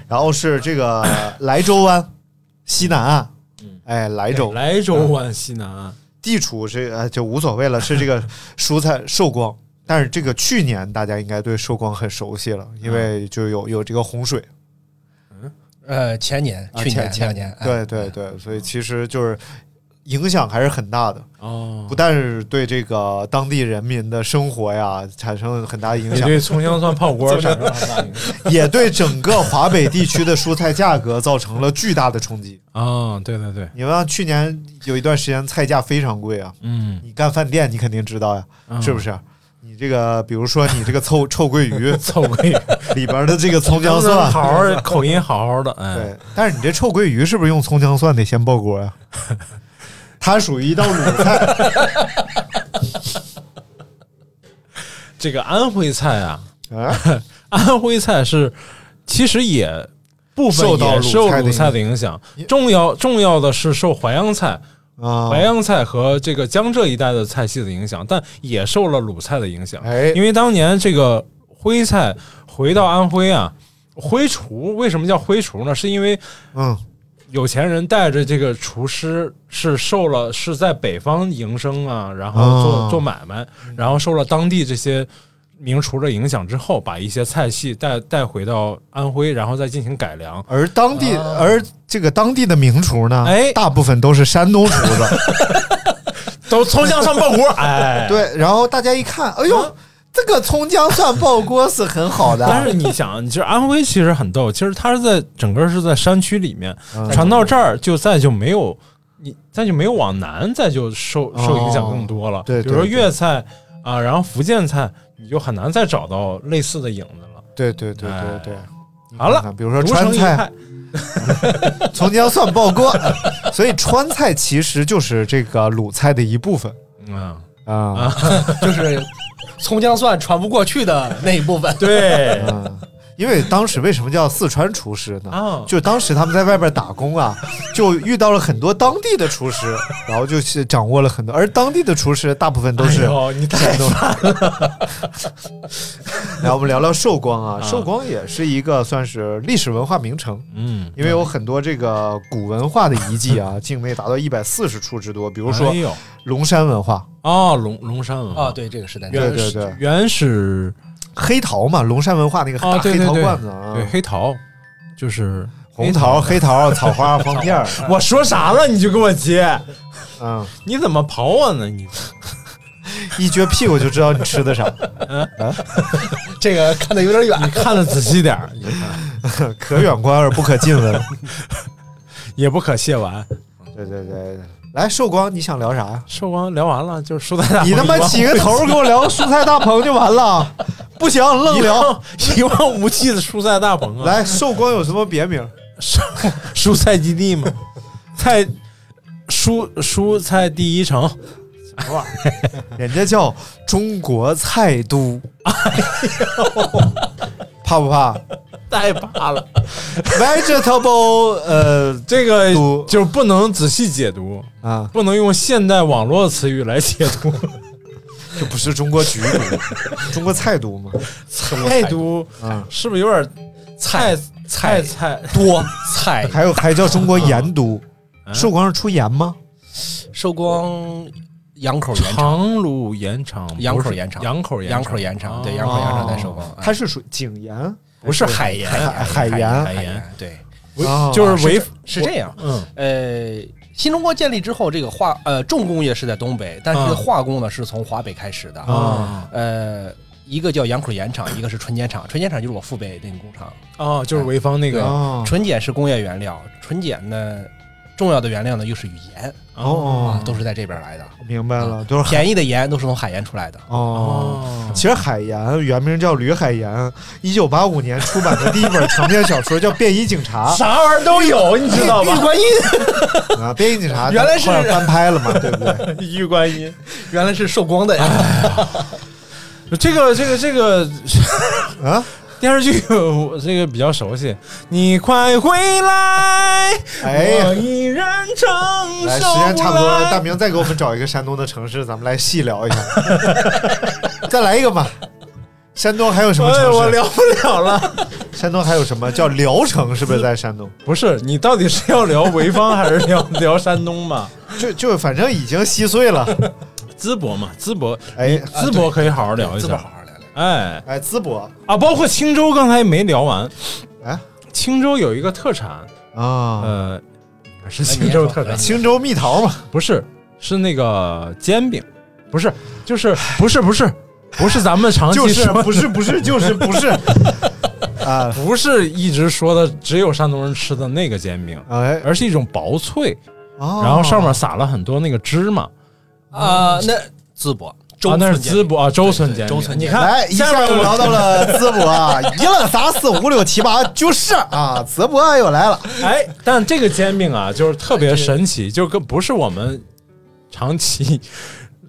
Speaker 1: 然后是这个 莱州湾西南岸
Speaker 2: 嗯，
Speaker 1: 哎，莱州
Speaker 2: 莱州湾西南啊岸，
Speaker 1: 地处是呃就无所谓了，是这个蔬菜寿光。但是这个去年大家应该对寿光很熟悉了，
Speaker 2: 嗯
Speaker 1: 因为就有有这个洪水，
Speaker 3: 呃，前年、
Speaker 1: 啊
Speaker 3: 去
Speaker 1: 前
Speaker 3: 年、
Speaker 1: 前
Speaker 3: 前年，哎
Speaker 1: 对对对，所以其实就是影响还是很大的。
Speaker 2: 哦
Speaker 1: 不，但是对这个当地人民的生活呀产生了很大 影
Speaker 2: 也
Speaker 1: 响，
Speaker 2: 对葱姜蒜泡锅产生了很大影响
Speaker 1: 也对整个华北地区的蔬菜价格造成了巨大的冲击。
Speaker 2: 啊，对对对，
Speaker 1: 你像去年有一段时间菜价非常贵啊，
Speaker 2: 嗯，
Speaker 1: 你干饭店你肯定知道呀，
Speaker 2: 嗯
Speaker 1: 是不？是？你这个比如说你这个臭臭鳜 鱼
Speaker 2: 凑合 一个，
Speaker 1: 里边的这个葱姜
Speaker 2: 能不能
Speaker 1: 蒜。
Speaker 2: 好好口音好好的，哎，
Speaker 1: 对，但是你这臭鳜鱼是不是用葱姜蒜得先爆 锅呀、它属于一道鲁菜，
Speaker 2: 这个安徽菜啊，
Speaker 1: 啊、
Speaker 2: 安徽菜是其实也部分
Speaker 1: 受到
Speaker 2: 也
Speaker 1: 鲁
Speaker 2: 受
Speaker 1: 菜的
Speaker 2: 鲁
Speaker 1: 影
Speaker 2: 菜
Speaker 1: 响
Speaker 2: 的影响，重要重要的是受淮扬菜、
Speaker 1: 啊
Speaker 2: 淮扬菜和这个江浙一带的菜系的影响，但也受了鲁菜的影响。
Speaker 1: 哎
Speaker 2: 因为当年这个徽菜回到安徽啊，徽厨为什么叫徽厨呢？是因为
Speaker 1: 嗯，
Speaker 2: 有钱人带着这个厨师是受了是在北方营生啊，然后做、
Speaker 1: 哦
Speaker 2: 做买卖，然后受了当地这些名厨的影响之后，把一些菜系带带回到安徽，然后再进行改良。
Speaker 1: 而当地、而这个当地的名厨呢，
Speaker 2: 啊哎
Speaker 1: 大部分都是山东厨 子。
Speaker 2: 都葱姜蒜爆锅， 哎，。
Speaker 1: 对，然后大家一看，哎呦，这个葱姜蒜爆锅是很好的。
Speaker 2: 嗯但是你想，其实安徽其实很逗，其实它是在整个是在山区里面，
Speaker 1: 嗯
Speaker 2: 传到这儿就再就没有你再就没有往南再就受受影响更多了。
Speaker 1: 哦对对
Speaker 2: 比如说
Speaker 1: 对
Speaker 2: 粤菜啊，然后福建菜，你就很难再找到类似的影子了。
Speaker 1: 对对对对
Speaker 2: 哎
Speaker 1: 对，你
Speaker 2: 好了
Speaker 1: 看看比如说
Speaker 2: 独
Speaker 1: 川
Speaker 2: 成一
Speaker 1: 菜
Speaker 2: 派，
Speaker 1: 葱姜蒜爆锅， 所以川菜其实就是这个鲁菜的一部分
Speaker 2: 嗯，。
Speaker 1: 啊。
Speaker 3: 就是葱姜蒜传不过去的那一部分
Speaker 2: 对
Speaker 1: 嗯，因为当时为什么叫四川厨师呢？
Speaker 2: 啊，
Speaker 1: 就当时他们在外边打工 啊，就遇到了很多当地的厨师，然后就是掌握了很多，而当地的厨师大部分都是
Speaker 2: 哎呦你太懂了，
Speaker 1: 来，我们聊聊寿光啊。
Speaker 2: 啊
Speaker 1: 寿光也是一个算是历史文化名城，
Speaker 2: 嗯，
Speaker 1: 因为有很多这个古文化的遗迹啊，境内达到一百四十处之多。比
Speaker 2: 比
Speaker 1: 如说
Speaker 2: 哎呦
Speaker 1: 龙山文化，
Speaker 2: 哦，龙龙山文化
Speaker 3: 啊，，对，这个时代，
Speaker 2: 原
Speaker 1: 对对
Speaker 2: 始
Speaker 1: 对
Speaker 2: 原始
Speaker 1: 黑桃嘛，龙山文化那个
Speaker 2: 哦
Speaker 1: 大
Speaker 2: 对
Speaker 1: 黑
Speaker 2: 对
Speaker 1: 桃
Speaker 2: 对
Speaker 1: 罐子啊，
Speaker 2: 对，黑桃就是
Speaker 1: 红桃、黑桃、草花、黄片 儿，
Speaker 2: 我说啥了你就给我接？
Speaker 1: 嗯，
Speaker 2: 你怎么跑我呢？你
Speaker 1: 一撅屁股就知道你吃的啥，
Speaker 3: 这个看的有点远。
Speaker 2: 你看的仔细点儿，你看
Speaker 1: 可远观而不可近闻。
Speaker 2: 也不可亵玩。
Speaker 1: 对对对，来寿光，你想聊啥呀？
Speaker 2: 寿光聊完了，就是说咱俩
Speaker 1: 你他妈起个头儿给我聊蔬菜大棚就完 了，不行，愣
Speaker 2: 一
Speaker 1: 聊。
Speaker 2: 望一望无际的蔬菜大棚啊，
Speaker 1: 来，寿光有什么别名？
Speaker 2: 蔬蔬菜基地 嘛，菜蔬蔬菜第一城，
Speaker 1: 什么玩意儿？人家叫中国菜都。
Speaker 3: 哎
Speaker 1: 怕不怕
Speaker 2: 太怕了。
Speaker 1: ？Vegetable 呃
Speaker 2: 这个
Speaker 1: 都
Speaker 2: 就是不能仔细解读，
Speaker 1: 啊，
Speaker 2: 不能用现代网络词语来解 读。
Speaker 1: 这不是中国局都，中国菜都吗？
Speaker 2: 菜都
Speaker 1: 啊，
Speaker 2: 是不是有点嗯菜菜菜？
Speaker 3: 多菜，
Speaker 1: 还有还叫中国盐都，
Speaker 2: 嗯
Speaker 1: 寿光是出盐吗？
Speaker 3: 寿光羊口盐场，
Speaker 2: 长鲁盐场，
Speaker 3: 羊口
Speaker 2: 不是
Speaker 3: 盐场
Speaker 2: 羊口盐
Speaker 3: 羊口盐场，对，羊口盐场在寿光，
Speaker 1: 哦它
Speaker 3: 哎
Speaker 1: 是属于井盐
Speaker 2: 不是海盐，啊
Speaker 3: 盐
Speaker 1: 海
Speaker 3: 海
Speaker 1: 盐
Speaker 3: 海
Speaker 2: 海
Speaker 3: 盐
Speaker 2: 盐，
Speaker 3: 对，啊
Speaker 1: 哦
Speaker 2: 啊就是违
Speaker 3: 是这样。
Speaker 2: 嗯
Speaker 3: 呃，新中国建立之后，这个化呃重工业是在东北，但是
Speaker 2: 嗯
Speaker 3: 化工呢是从华北开始的。
Speaker 2: 啊
Speaker 3: 呃，一个叫羊口盐 厂，一个是纯碱厂。纯碱厂就是我父辈那个工厂，
Speaker 2: 啊，就是潍坊那个
Speaker 1: 哦
Speaker 3: 纯碱是工业原料，纯碱呢重要的原料呢又是与盐啊
Speaker 1: 哦，，
Speaker 3: 都是在这边来的。
Speaker 1: 明白了，都是海
Speaker 3: 便宜的盐都是从海盐出来的。
Speaker 1: 哦。
Speaker 2: 哦
Speaker 1: 其实海盐原名叫吕海盐，一九八五年出版的第一本长篇小说叫《便衣警察》
Speaker 2: 啥玩意儿都有，你知道
Speaker 3: 玉
Speaker 2: 吧？
Speaker 3: 观音，
Speaker 1: 啊，《便衣警察》
Speaker 3: 原来是
Speaker 1: 后翻拍了嘛，对不对？
Speaker 2: 玉观音，
Speaker 3: 原来是寿光的
Speaker 2: 啊
Speaker 3: 呀。
Speaker 2: 这个这个这个
Speaker 1: 啊，
Speaker 2: 电视剧我这个比较熟悉。你快回来，
Speaker 1: 哎呀
Speaker 2: 我依然承受
Speaker 1: 来，时间差不多了，大
Speaker 2: 了。
Speaker 1: 明再给我们找一个山东的城市，咱们来细聊一下。 再来一个吧，山东还有什么
Speaker 2: 哎，我
Speaker 1: 城市？
Speaker 2: 聊不了了。
Speaker 1: 山东还有什么叫聊城？是不是在山东？
Speaker 2: 不是，你到底是要聊潍坊还是聊聊山东吧？
Speaker 1: 就就反正已经稀碎了。
Speaker 2: 淄博嘛，淄博，
Speaker 1: 哎
Speaker 2: 淄博可以好好聊一
Speaker 3: 这么
Speaker 2: 下
Speaker 3: 好。好聊聊。
Speaker 2: 哎
Speaker 1: 哎，淄博，
Speaker 2: 啊，包括青州，刚才没聊完。啊
Speaker 1: 哎
Speaker 2: 青州有一个特产，
Speaker 1: 啊，
Speaker 2: 呃，是青州特产，
Speaker 1: 青州蜜桃嘛，
Speaker 2: 不是，是那个煎饼，不是，就是不是不是不是咱们长期
Speaker 1: 就是
Speaker 2: 说
Speaker 1: 不是不是就是不是啊，
Speaker 2: 不是一直说的只有山东人吃的那个煎饼，
Speaker 1: 哎，
Speaker 2: 而是一种薄脆，
Speaker 1: 哦
Speaker 2: 然后上面撒了很多那个芝麻。
Speaker 3: 啊，那淄博，周
Speaker 2: 啊，那是
Speaker 3: 村
Speaker 2: 淄博啊，周村
Speaker 3: 对
Speaker 2: 煎
Speaker 3: 对
Speaker 2: 饼。
Speaker 3: 周村
Speaker 2: 你
Speaker 3: 煎
Speaker 2: 看，
Speaker 1: 来一
Speaker 2: 下
Speaker 1: 下
Speaker 2: 面
Speaker 1: 就
Speaker 2: 我
Speaker 1: 聊到了 淄博啊，一二三四五六七八就是啊，淄博又来了，
Speaker 2: 哎，但这个煎饼啊，就是特别神奇，就跟不是我们长期。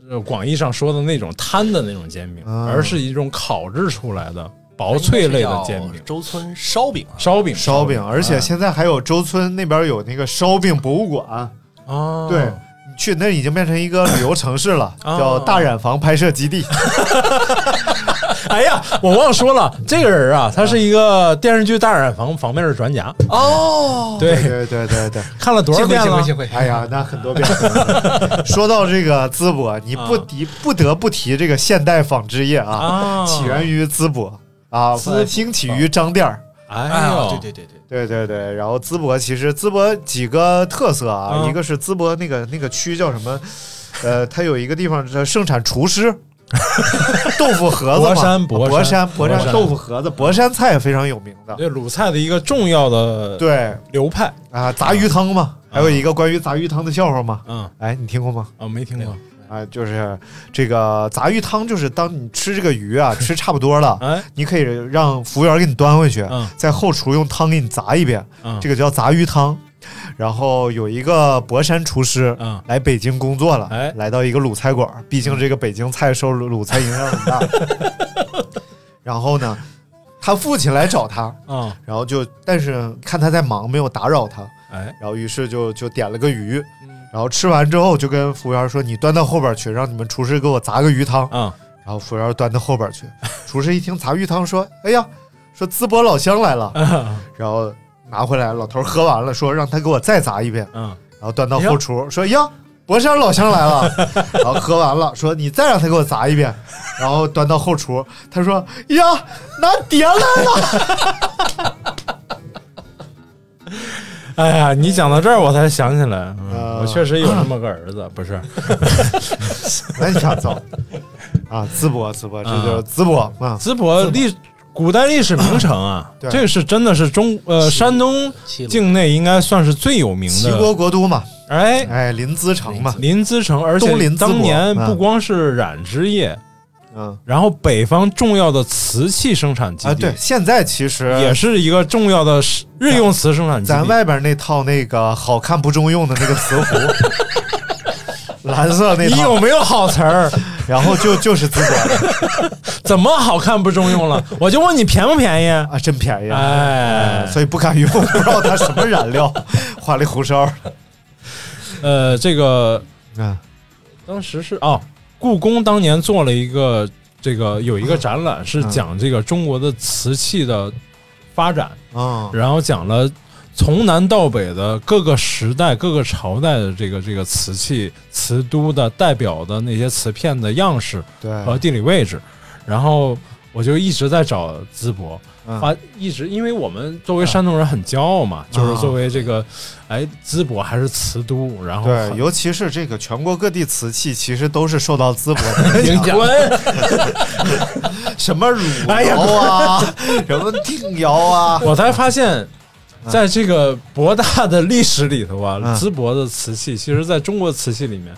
Speaker 2: 呃，广义上说的那种摊的那种煎饼，
Speaker 1: 嗯
Speaker 2: 而是一种烤制出来的薄
Speaker 3: 应该是
Speaker 2: 脆类的
Speaker 3: 叫
Speaker 2: 煎饼、
Speaker 3: 周村烧饼啊，
Speaker 2: 烧饼、
Speaker 1: 烧饼，而
Speaker 2: 哎
Speaker 1: 且现在还有周村那边有那个烧饼博物馆，
Speaker 2: 哦，
Speaker 1: 对。你去那已经变成一个旅游城市了，
Speaker 2: 哦
Speaker 1: 叫大染坊拍摄基地。
Speaker 2: 哎呀，我忘说了，这个人啊，他是一个电视剧《大染坊》方面的专家，
Speaker 3: 哦，
Speaker 2: 对，
Speaker 1: 对对对 对，
Speaker 2: 看了多少遍了？
Speaker 3: 会
Speaker 1: 哎呀，那很多遍。说到这个淄博，你不提不得不提这个现代纺织业啊，
Speaker 2: 嗯啊，
Speaker 1: 起源于淄博啊，
Speaker 2: 淄博
Speaker 1: 兴起于张店儿。
Speaker 2: 哎
Speaker 3: 哎，
Speaker 2: 呦，
Speaker 3: 对对对
Speaker 1: 对
Speaker 3: 对，
Speaker 1: 对对，然后淄博其实淄博几个特色啊，
Speaker 2: 嗯
Speaker 1: 一个是淄博那个那个区叫什么？呃，它有一个地方它盛产厨师，豆腐盒子嘛，啊
Speaker 2: 博山博
Speaker 1: 博
Speaker 2: 山
Speaker 1: 博
Speaker 2: 博
Speaker 1: 山
Speaker 2: 山
Speaker 1: 豆腐盒子，博山菜非常有名的。
Speaker 2: 对鲁菜的一个重要的
Speaker 1: 对
Speaker 2: 流派，
Speaker 1: 啊，杂鱼汤嘛，还有一个关于杂鱼汤的笑话嘛。
Speaker 2: 嗯
Speaker 1: 哎，你听过吗？
Speaker 2: 啊，没听过，
Speaker 1: 啊，就是这个杂鱼汤，就是当你吃这个鱼啊，吃差不多了，
Speaker 2: 哎，
Speaker 1: 你可以让服务员给你端回去，
Speaker 2: 嗯
Speaker 1: 在后厨用汤给你砸一遍，
Speaker 2: 嗯，
Speaker 1: 这个叫杂鱼汤。然后有一个博山厨师，
Speaker 2: 嗯
Speaker 1: 来北京工作了，
Speaker 2: 哎
Speaker 1: 来到一个鲁菜馆儿，毕竟这个北京菜受鲁鲁菜影响很 大。然后呢，他父亲来找他，
Speaker 2: 嗯，
Speaker 1: 然后就但是看他在忙，没有打扰他，
Speaker 2: 哎，嗯
Speaker 1: 然后于是就就点了个鱼，然后吃完之后就跟服务员说：“你端到后边去，让你们厨师给我砸个鱼汤。”
Speaker 2: 嗯，
Speaker 1: 然后服务员端到后边去，厨师一听杂鱼汤，说：“哎呀，说淄博老乡来了。”
Speaker 2: 嗯
Speaker 1: 然后拿回来，老头儿喝完了，说让他给我再砸一遍，
Speaker 2: 嗯，
Speaker 1: 然后端到后厨，说：“呀，博山老乡来了，然后喝完了，说你再让他给我砸一遍，然后端到后厨，他说呀，拿碟来了，
Speaker 2: 哎呀，你讲到这儿我才想起来，嗯
Speaker 1: 啊
Speaker 2: 我确实有这么个儿子，不是？
Speaker 1: 那你想造哎啊？淄博，淄博，这
Speaker 2: 嗯
Speaker 1: 就是淄博啊，
Speaker 2: 淄博历古代历史名城啊，
Speaker 1: 对
Speaker 2: 这个是真的是中呃
Speaker 3: 齐
Speaker 2: 山东
Speaker 3: 齐鲁
Speaker 2: 境内应该算是最有名
Speaker 1: 齐国
Speaker 2: 的。
Speaker 1: 国都嘛，
Speaker 2: 哎，
Speaker 1: 哎，临淄城嘛，
Speaker 2: 临淄城，而
Speaker 1: 东
Speaker 2: 且
Speaker 1: 临淄
Speaker 2: 当
Speaker 1: 博
Speaker 2: 年
Speaker 1: 嗯
Speaker 2: 不光是染织业，
Speaker 1: 嗯
Speaker 2: 然后北方重要的瓷器生产基
Speaker 1: 啊，
Speaker 2: 地
Speaker 1: 对，现在其实
Speaker 2: 也是一个重要的是日用瓷生产基
Speaker 1: 咱
Speaker 2: 地。
Speaker 1: 外边那套那个好看不中用的那个瓷 壶，蓝色那
Speaker 2: 你
Speaker 1: 套，
Speaker 2: 有没有好 词儿？
Speaker 1: 然后就就是淄博的
Speaker 2: 怎么好看不中用了？我就问你便不便宜？
Speaker 1: 啊，真便宜。
Speaker 2: 哎，
Speaker 1: 所以不敢用，不知道它什么染 料，花里胡哨。
Speaker 2: 呃，这个
Speaker 1: 嗯，
Speaker 2: 当时是哦，故宫当年做了一个这个有一个展览，是讲这个中国的瓷器的发展，
Speaker 1: 哦，
Speaker 2: 然后讲了从南到北的各个时代、各个朝代的这个这个瓷器、瓷都的代表的那些瓷片的样式
Speaker 1: 对，
Speaker 2: 和地理位置，然后。我就一直在找淄博，
Speaker 1: 嗯
Speaker 2: 发一直因为我们作为山东人很骄傲嘛，就是作为这个，哎，淄博还是瓷都，然后
Speaker 1: 对，
Speaker 2: 很
Speaker 1: 尤其是这个全国各地瓷器，其实都是受到淄博的影
Speaker 3: 影
Speaker 1: 响，
Speaker 3: 响
Speaker 2: 滚，
Speaker 1: 什么汝
Speaker 2: 哎呀
Speaker 1: 窑啊， 什么定窑啊，
Speaker 2: 我才发现，在这个博大的历史里头啊，
Speaker 1: 嗯
Speaker 2: 淄博的瓷器，其实在中国瓷器里面，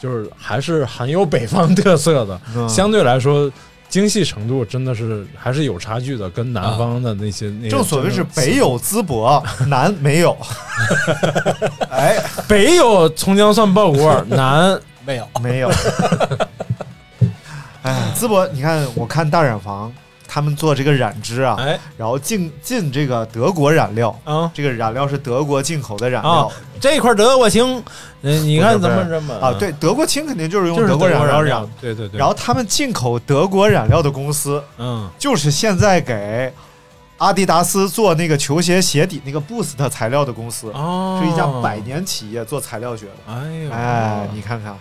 Speaker 2: 就是还是很有北方特色的。
Speaker 1: 嗯
Speaker 2: 相对来说，精细程度真的是还是有差距的，跟南方的那些那些
Speaker 1: 啊正所谓是
Speaker 2: 真的瓷
Speaker 1: 北有淄博，南没有。哎，
Speaker 2: 北有葱姜蒜爆谷儿，南
Speaker 3: 没有，
Speaker 1: 没有。哎，淄博，你看，我看大染坊他们做这个染织 啊，
Speaker 2: 哎
Speaker 1: 然后进进这个德国染料，
Speaker 2: 啊
Speaker 1: 这个染料是德国进口的染
Speaker 2: 啊
Speaker 1: 料。
Speaker 2: 这块德国青，嗯，你看
Speaker 1: 不
Speaker 2: 咱
Speaker 1: 是不
Speaker 2: 们
Speaker 1: 是
Speaker 2: 这么
Speaker 1: 啊，对，，德国青肯定就是用
Speaker 2: 嗯就是
Speaker 1: 国
Speaker 2: 染
Speaker 1: 料
Speaker 2: 料
Speaker 1: 染，，
Speaker 2: 对对对，
Speaker 1: 然后他们进口德国染料的公司，
Speaker 2: 嗯
Speaker 1: 就是现在给阿迪达斯做那个球鞋鞋底那个 Boost 材料的公司，
Speaker 2: 哦，
Speaker 1: 是一家百，年企业，做材料学的。
Speaker 2: 哎呦，
Speaker 1: 哎， 你看看。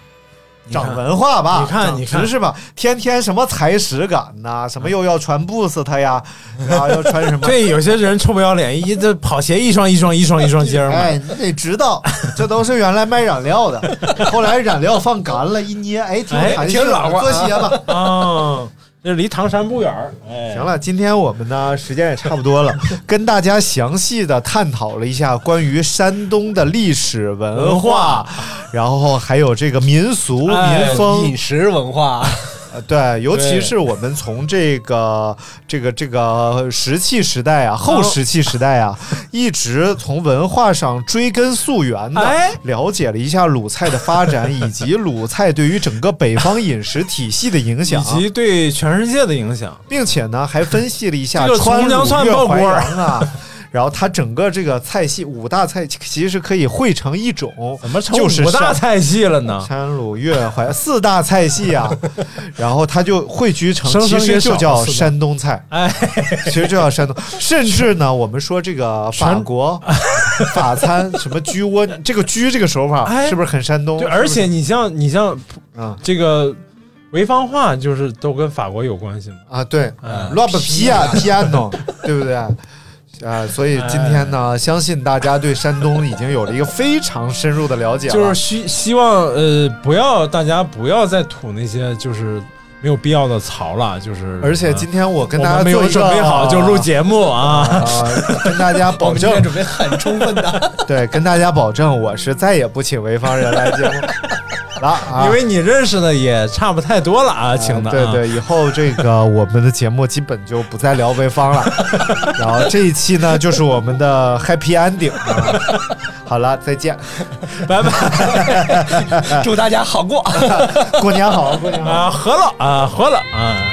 Speaker 2: 你看
Speaker 1: 长文化吧，
Speaker 2: 你看
Speaker 1: 长
Speaker 2: 你看
Speaker 1: 知识吧，天天什么踩屎感呐、什么又要穿 Boost 它呀，然后要穿什 么？
Speaker 2: 对，有些人臭不要脸，一这跑鞋一双一双一双一双接着买。
Speaker 1: 哎，你得知 道，这都是原来卖染料的，后来染料放干 了，一捏，哎，挺有
Speaker 2: 哎
Speaker 1: 弹
Speaker 2: 挺
Speaker 1: 性的，
Speaker 2: 软和
Speaker 1: 做鞋吧。
Speaker 2: 啊，这离唐山不远儿。哎，
Speaker 1: 行，了，今天我们呢时间也差不 多了，跟大家详细的探讨了一下关于山东的历史文化，然后还有这个民俗
Speaker 2: 哎
Speaker 1: 民风
Speaker 3: 饮，食文化，
Speaker 1: 呃对，尤其
Speaker 2: 对
Speaker 1: 是我们从这个这个这个石器时代啊，后石器时代 啊，一直从文化上追根溯源的
Speaker 2: 哎
Speaker 1: 了解了一下鲁菜的发展，以及鲁菜对于整个北方饮食体系的影响，
Speaker 2: 以及对全世界的影响。
Speaker 1: 并且呢还分析了一下
Speaker 2: 这个
Speaker 1: 川
Speaker 2: 葱姜蒜
Speaker 1: 鲁粤
Speaker 2: 爆
Speaker 1: 淮
Speaker 2: 锅儿
Speaker 1: 扬啊，然后它整个这个菜系五大菜其其实可以汇成一种，
Speaker 2: 怎么成
Speaker 1: 就是
Speaker 2: 五大
Speaker 1: 山
Speaker 2: 菜系了呢？
Speaker 1: 山鲁粤淮四大菜系 啊，然后它就汇聚成，
Speaker 2: 生
Speaker 1: 其
Speaker 2: 生
Speaker 1: 实
Speaker 2: 也
Speaker 1: 就
Speaker 2: 少
Speaker 1: 叫
Speaker 2: 四大
Speaker 1: 山东菜，
Speaker 2: 哎，
Speaker 1: 其实就叫山东。甚至呢，我们说这个法
Speaker 2: 全
Speaker 1: 国法餐什么居窝，这个居这个手法
Speaker 2: 哎
Speaker 1: 哦是不是很山东？
Speaker 2: 对，而且你像你像
Speaker 1: 啊
Speaker 2: 这个潍坊话，就是都跟法国有关系嘛。
Speaker 1: 啊，对，
Speaker 2: 嗯
Speaker 1: Rob Pia 啊 Piano，对不对？啊，所以今天
Speaker 2: 哎
Speaker 1: 呢，相信大家对山东已经有了一个非常深入的了解了。
Speaker 2: 就是希希望呃，不要大家不要再吐那些就是没有必要的槽了，就是嗯
Speaker 1: 而且今天我
Speaker 2: 我
Speaker 1: 跟大家
Speaker 2: 们没有
Speaker 1: 做一个
Speaker 2: 准备好就录节目啊。
Speaker 1: 啊，跟大家
Speaker 3: 我
Speaker 1: 保
Speaker 3: 们今天
Speaker 1: 证，
Speaker 3: 准备很充分的，
Speaker 1: 对，跟大家保证，我是再也不请潍坊人来节目 了啊。
Speaker 2: 因为你认识的也差不太多了啊，请的、
Speaker 1: 对，对，以后这个我们的节目基本就不再聊潍坊了。然后这一期呢，就是我们的 Happy Ending 啊。好了，再见，
Speaker 2: 拜拜
Speaker 3: 祝大家好过。
Speaker 1: 过年好，过年好。
Speaker 2: 啊，喝了啊，喝了啊。